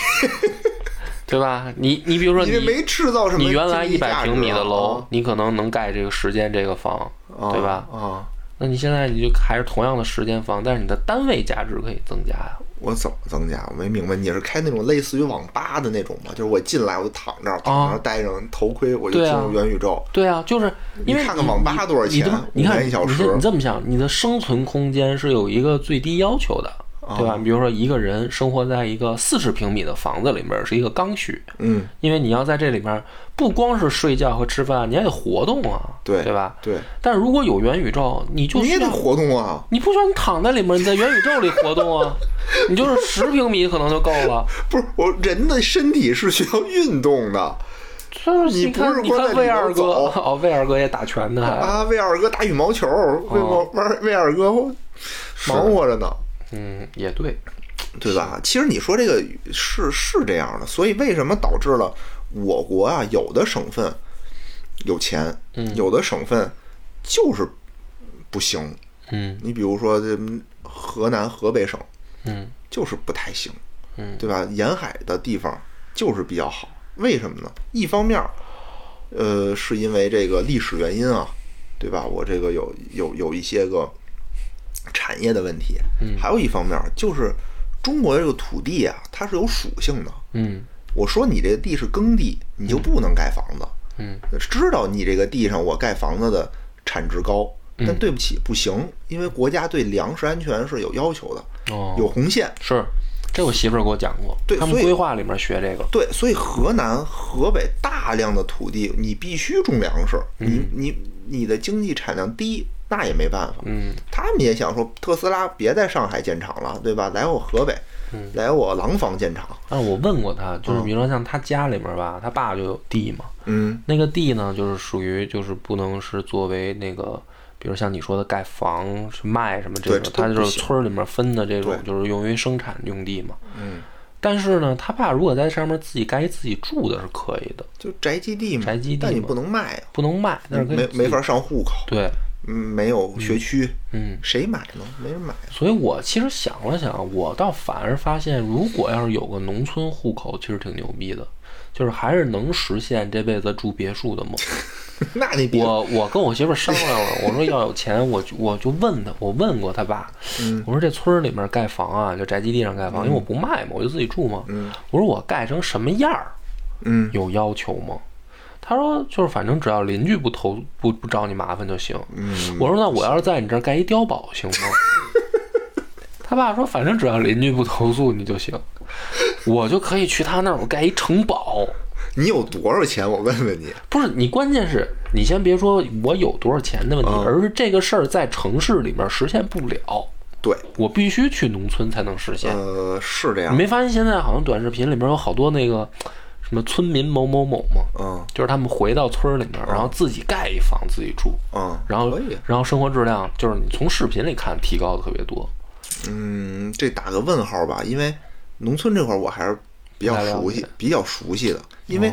[SPEAKER 2] 对吧？你你比如说
[SPEAKER 1] 你这
[SPEAKER 2] 你
[SPEAKER 1] 没制造什么
[SPEAKER 2] 你原来
[SPEAKER 1] 经济
[SPEAKER 2] 一
[SPEAKER 1] 价
[SPEAKER 2] 百
[SPEAKER 1] 值啊
[SPEAKER 2] 平米的楼，你可能能盖这个时间这个房，
[SPEAKER 1] 啊
[SPEAKER 2] 对吧？
[SPEAKER 1] 啊，
[SPEAKER 2] 那你现在你就还是同样的时间房，但是你的单位价值可以增加呀。
[SPEAKER 1] 我怎么增加？我没明白，你是开那种类似于网吧的那种吗？就是我进来我就躺这儿，躺这儿戴上头盔，我就
[SPEAKER 2] 哦对
[SPEAKER 1] 进
[SPEAKER 2] 啊
[SPEAKER 1] 入元宇宙。
[SPEAKER 2] 对啊，就是因为
[SPEAKER 1] 你看看网吧多少
[SPEAKER 2] 你你
[SPEAKER 1] 钱
[SPEAKER 2] 你
[SPEAKER 1] 五
[SPEAKER 2] 看，
[SPEAKER 1] 元一
[SPEAKER 2] 你
[SPEAKER 1] 小时
[SPEAKER 2] 这你这么想，你的生存空间是有一个最低要求的，对
[SPEAKER 1] 哦
[SPEAKER 2] 吧？比如说一个人生活在一个四十平米的房子里面是一个刚需，
[SPEAKER 1] 嗯，
[SPEAKER 2] 因为你要在这里面不光是睡觉和吃饭，你还得活动啊，
[SPEAKER 1] 对
[SPEAKER 2] 对吧？
[SPEAKER 1] 对，
[SPEAKER 2] 但如果有元宇宙，你就
[SPEAKER 1] 你也
[SPEAKER 2] 需
[SPEAKER 1] 得
[SPEAKER 2] 要
[SPEAKER 1] 活动啊，
[SPEAKER 2] 你不需要你躺在里面，你在元宇宙里活
[SPEAKER 1] [LAUGHS]
[SPEAKER 2] 动啊，你就是十平米可能就够了。
[SPEAKER 1] 不是我人的身体是需要运动的
[SPEAKER 2] 就是
[SPEAKER 1] 你不
[SPEAKER 2] 看
[SPEAKER 1] 是
[SPEAKER 2] 你
[SPEAKER 1] 光在
[SPEAKER 2] 看
[SPEAKER 1] 里面
[SPEAKER 2] 魏二哥
[SPEAKER 1] 走
[SPEAKER 2] 哦，魏二哥也打拳呢，还
[SPEAKER 1] 啊。魏二哥打羽毛球，魏
[SPEAKER 2] 哎哦
[SPEAKER 1] 玩魏二哥忙活着呢。
[SPEAKER 2] 嗯也对，
[SPEAKER 1] 对吧？其实你说这个是是这样的，所以为什么导致了我国啊有的省份有钱，
[SPEAKER 2] 嗯
[SPEAKER 1] 有的省份就是不行。
[SPEAKER 2] 嗯
[SPEAKER 1] 你比如说这河南、河北省
[SPEAKER 2] 嗯
[SPEAKER 1] 就是不太行，
[SPEAKER 2] 嗯
[SPEAKER 1] 对吧？沿海的地方就是比较好，为什么呢？一方面儿，呃，是因为这个历史原因啊，对吧？我这个有有有一些个产业的问题，
[SPEAKER 2] 嗯
[SPEAKER 1] 还有一方面儿就是中国这个土地啊，它是有属性的。
[SPEAKER 2] 嗯
[SPEAKER 1] 我说你这地是耕地，你就不能盖房子。呃
[SPEAKER 2] 嗯
[SPEAKER 1] 知道你这个地上我盖房子的产值高，
[SPEAKER 2] 嗯
[SPEAKER 1] 但对不起，不行，因为国家对粮食安全是有要求的，
[SPEAKER 2] 哦
[SPEAKER 1] 有红线。
[SPEAKER 2] 是，这我媳妇儿给我讲过，
[SPEAKER 1] 对
[SPEAKER 2] 他们
[SPEAKER 1] 所以
[SPEAKER 2] 规划里面学这个，
[SPEAKER 1] 对，所以河南、河北大量的土地，你必须种粮食，
[SPEAKER 2] 嗯
[SPEAKER 1] 你你你的经济产量低，那也没办法。
[SPEAKER 2] 嗯
[SPEAKER 1] 他们也想说，特斯拉别在上海建厂了，对吧？来我河北，
[SPEAKER 2] 嗯
[SPEAKER 1] 来我廊坊建厂。
[SPEAKER 2] 但啊是我问过他，就是比如说像他家里面吧，他爸就有地嘛，
[SPEAKER 1] 嗯
[SPEAKER 2] 那个地呢就是属于就是不能是作为那个。比如像你说的盖房、是卖什么这
[SPEAKER 1] 对
[SPEAKER 2] 种，
[SPEAKER 1] 这
[SPEAKER 2] 他
[SPEAKER 1] 都
[SPEAKER 2] 就
[SPEAKER 1] 不
[SPEAKER 2] 是
[SPEAKER 1] 行
[SPEAKER 2] 村儿里面分的这种，
[SPEAKER 1] 对
[SPEAKER 2] 就是用于生产用地嘛。
[SPEAKER 1] 嗯，
[SPEAKER 2] 但是呢，他爸如果在上面自己盖自己住的是可以的，
[SPEAKER 1] 就宅基地嘛，
[SPEAKER 2] 宅基地
[SPEAKER 1] 但你
[SPEAKER 2] 嘛
[SPEAKER 1] 不能卖啊，
[SPEAKER 2] 不能卖，但是可以
[SPEAKER 1] 没
[SPEAKER 2] 自己
[SPEAKER 1] 没法上户口，
[SPEAKER 2] 对，
[SPEAKER 1] 嗯，没有学区，
[SPEAKER 2] 嗯，
[SPEAKER 1] 谁买呢？没人
[SPEAKER 2] [LAUGHS]
[SPEAKER 1] 买。
[SPEAKER 2] 所以我其实想了想，我倒反而发现，如果要是有个农村户口，其实挺牛逼的，就是还是能实现这辈子住别墅的梦。
[SPEAKER 1] 那你别，
[SPEAKER 2] 我我跟我媳妇儿商量了，我说要有钱，我就我就问她，我问过她爸，
[SPEAKER 1] 嗯
[SPEAKER 2] 我说这村儿里面盖房啊，就宅基地上盖房，因为我不卖嘛，我就自己住嘛。
[SPEAKER 1] 嗯
[SPEAKER 2] 我说我盖成什么样儿
[SPEAKER 1] 嗯，
[SPEAKER 2] 有要求吗？他说就是反正只要邻居不投不不找你麻烦就行。
[SPEAKER 1] 嗯
[SPEAKER 2] 我说那我要是在你这儿盖一碉堡行吗？ [LAUGHS] 他爸说反正只要邻居不投诉你就行，我就可以去他那儿我盖一城堡。
[SPEAKER 1] 你有多少钱？我问问你。
[SPEAKER 2] 不是你，关键是你先别说我有多少钱的问题，
[SPEAKER 1] 嗯
[SPEAKER 2] 而是这个事儿在城市里面实现不了，
[SPEAKER 1] 对，
[SPEAKER 2] 我必须去农村才能实现。
[SPEAKER 1] 呃，是这
[SPEAKER 2] 你
[SPEAKER 1] 样，
[SPEAKER 2] 没发现现在好像短视频里面有好多那个什么村民某某某吗？
[SPEAKER 1] 嗯
[SPEAKER 2] 就是他们回到村儿里面，然后自己盖一房自己住，
[SPEAKER 1] 嗯，
[SPEAKER 2] 然后
[SPEAKER 1] 可以，
[SPEAKER 2] 然后生活质量就是你从视频里看提高的特别多。
[SPEAKER 1] 嗯，这打个问号吧，因为农村这块儿我还是比较
[SPEAKER 2] 不太了
[SPEAKER 1] 熟悉
[SPEAKER 2] 解，哦
[SPEAKER 1] 比较熟悉的，因为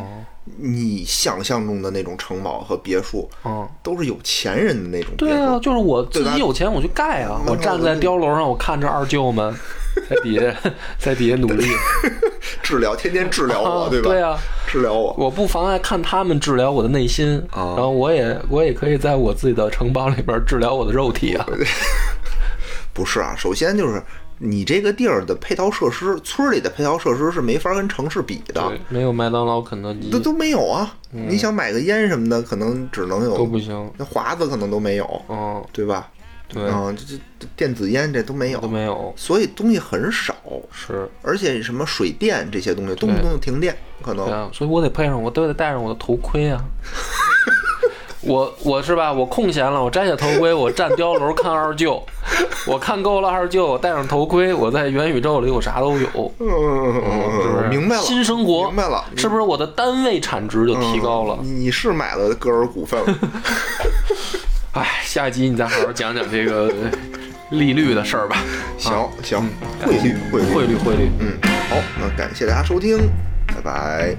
[SPEAKER 1] 你想象中的那种城堡和别墅，
[SPEAKER 2] 嗯，
[SPEAKER 1] 都是有钱人的那种别
[SPEAKER 2] 对啊，
[SPEAKER 1] 墅，
[SPEAKER 2] 就是我自
[SPEAKER 1] 对吧
[SPEAKER 2] 己有钱我去盖啊
[SPEAKER 1] 门，口
[SPEAKER 2] 我站在碉楼上，我看着二
[SPEAKER 1] [LAUGHS]
[SPEAKER 2] 舅们在底下在底下努力，
[SPEAKER 1] 治疗天天治疗我，
[SPEAKER 2] 啊
[SPEAKER 1] 对吧？
[SPEAKER 2] 对啊，
[SPEAKER 1] 治疗我，
[SPEAKER 2] 我不妨碍看他们治疗我的内心，
[SPEAKER 1] 啊
[SPEAKER 2] 然后我也我也可以在我自己的城堡里边治疗我的肉
[SPEAKER 1] [LAUGHS]
[SPEAKER 2] 体啊。
[SPEAKER 1] 不是啊，首先就是你这个地儿的配套设施，村儿里的配套设施是没法跟城市比的
[SPEAKER 2] 对，，没有麦当劳、肯德基
[SPEAKER 1] 那都没有啊。你想买个烟什么的，可能只能
[SPEAKER 2] 嗯都
[SPEAKER 1] 有，
[SPEAKER 2] 不行，
[SPEAKER 1] 那华子可能都没有，
[SPEAKER 2] 嗯，
[SPEAKER 1] 对吧？
[SPEAKER 2] 对，
[SPEAKER 1] 嗯，这这这电子烟这都没
[SPEAKER 2] 都
[SPEAKER 1] 有，
[SPEAKER 2] 没有，
[SPEAKER 1] 所以东西很少，
[SPEAKER 2] 是。
[SPEAKER 1] 而且什么水电这些东西，动不动就停电，可
[SPEAKER 2] 对
[SPEAKER 1] 能
[SPEAKER 2] 啊，所以我得配上，我都得戴上我的头盔啊。 [LAUGHS] 我我是吧？我空闲了，我摘下头盔，我站碉楼看
[SPEAKER 1] [LAUGHS]
[SPEAKER 2] 二舅，我看够了二舅，我戴上头盔，我在元宇宙里我啥都有，是不是
[SPEAKER 1] 嗯，明白了，
[SPEAKER 2] 新生活
[SPEAKER 1] 明白了，
[SPEAKER 2] 是不是我的单位产值就提高了
[SPEAKER 1] 嗯？你是买了歌尔股份了，
[SPEAKER 2] [LAUGHS] 哎、下一集你再好好讲讲这个呃利率的事儿吧。
[SPEAKER 1] 行
[SPEAKER 2] 嗯
[SPEAKER 1] 行，汇率汇率，
[SPEAKER 2] 汇率，汇率。
[SPEAKER 1] 嗯，好，那感谢大家收听，拜拜。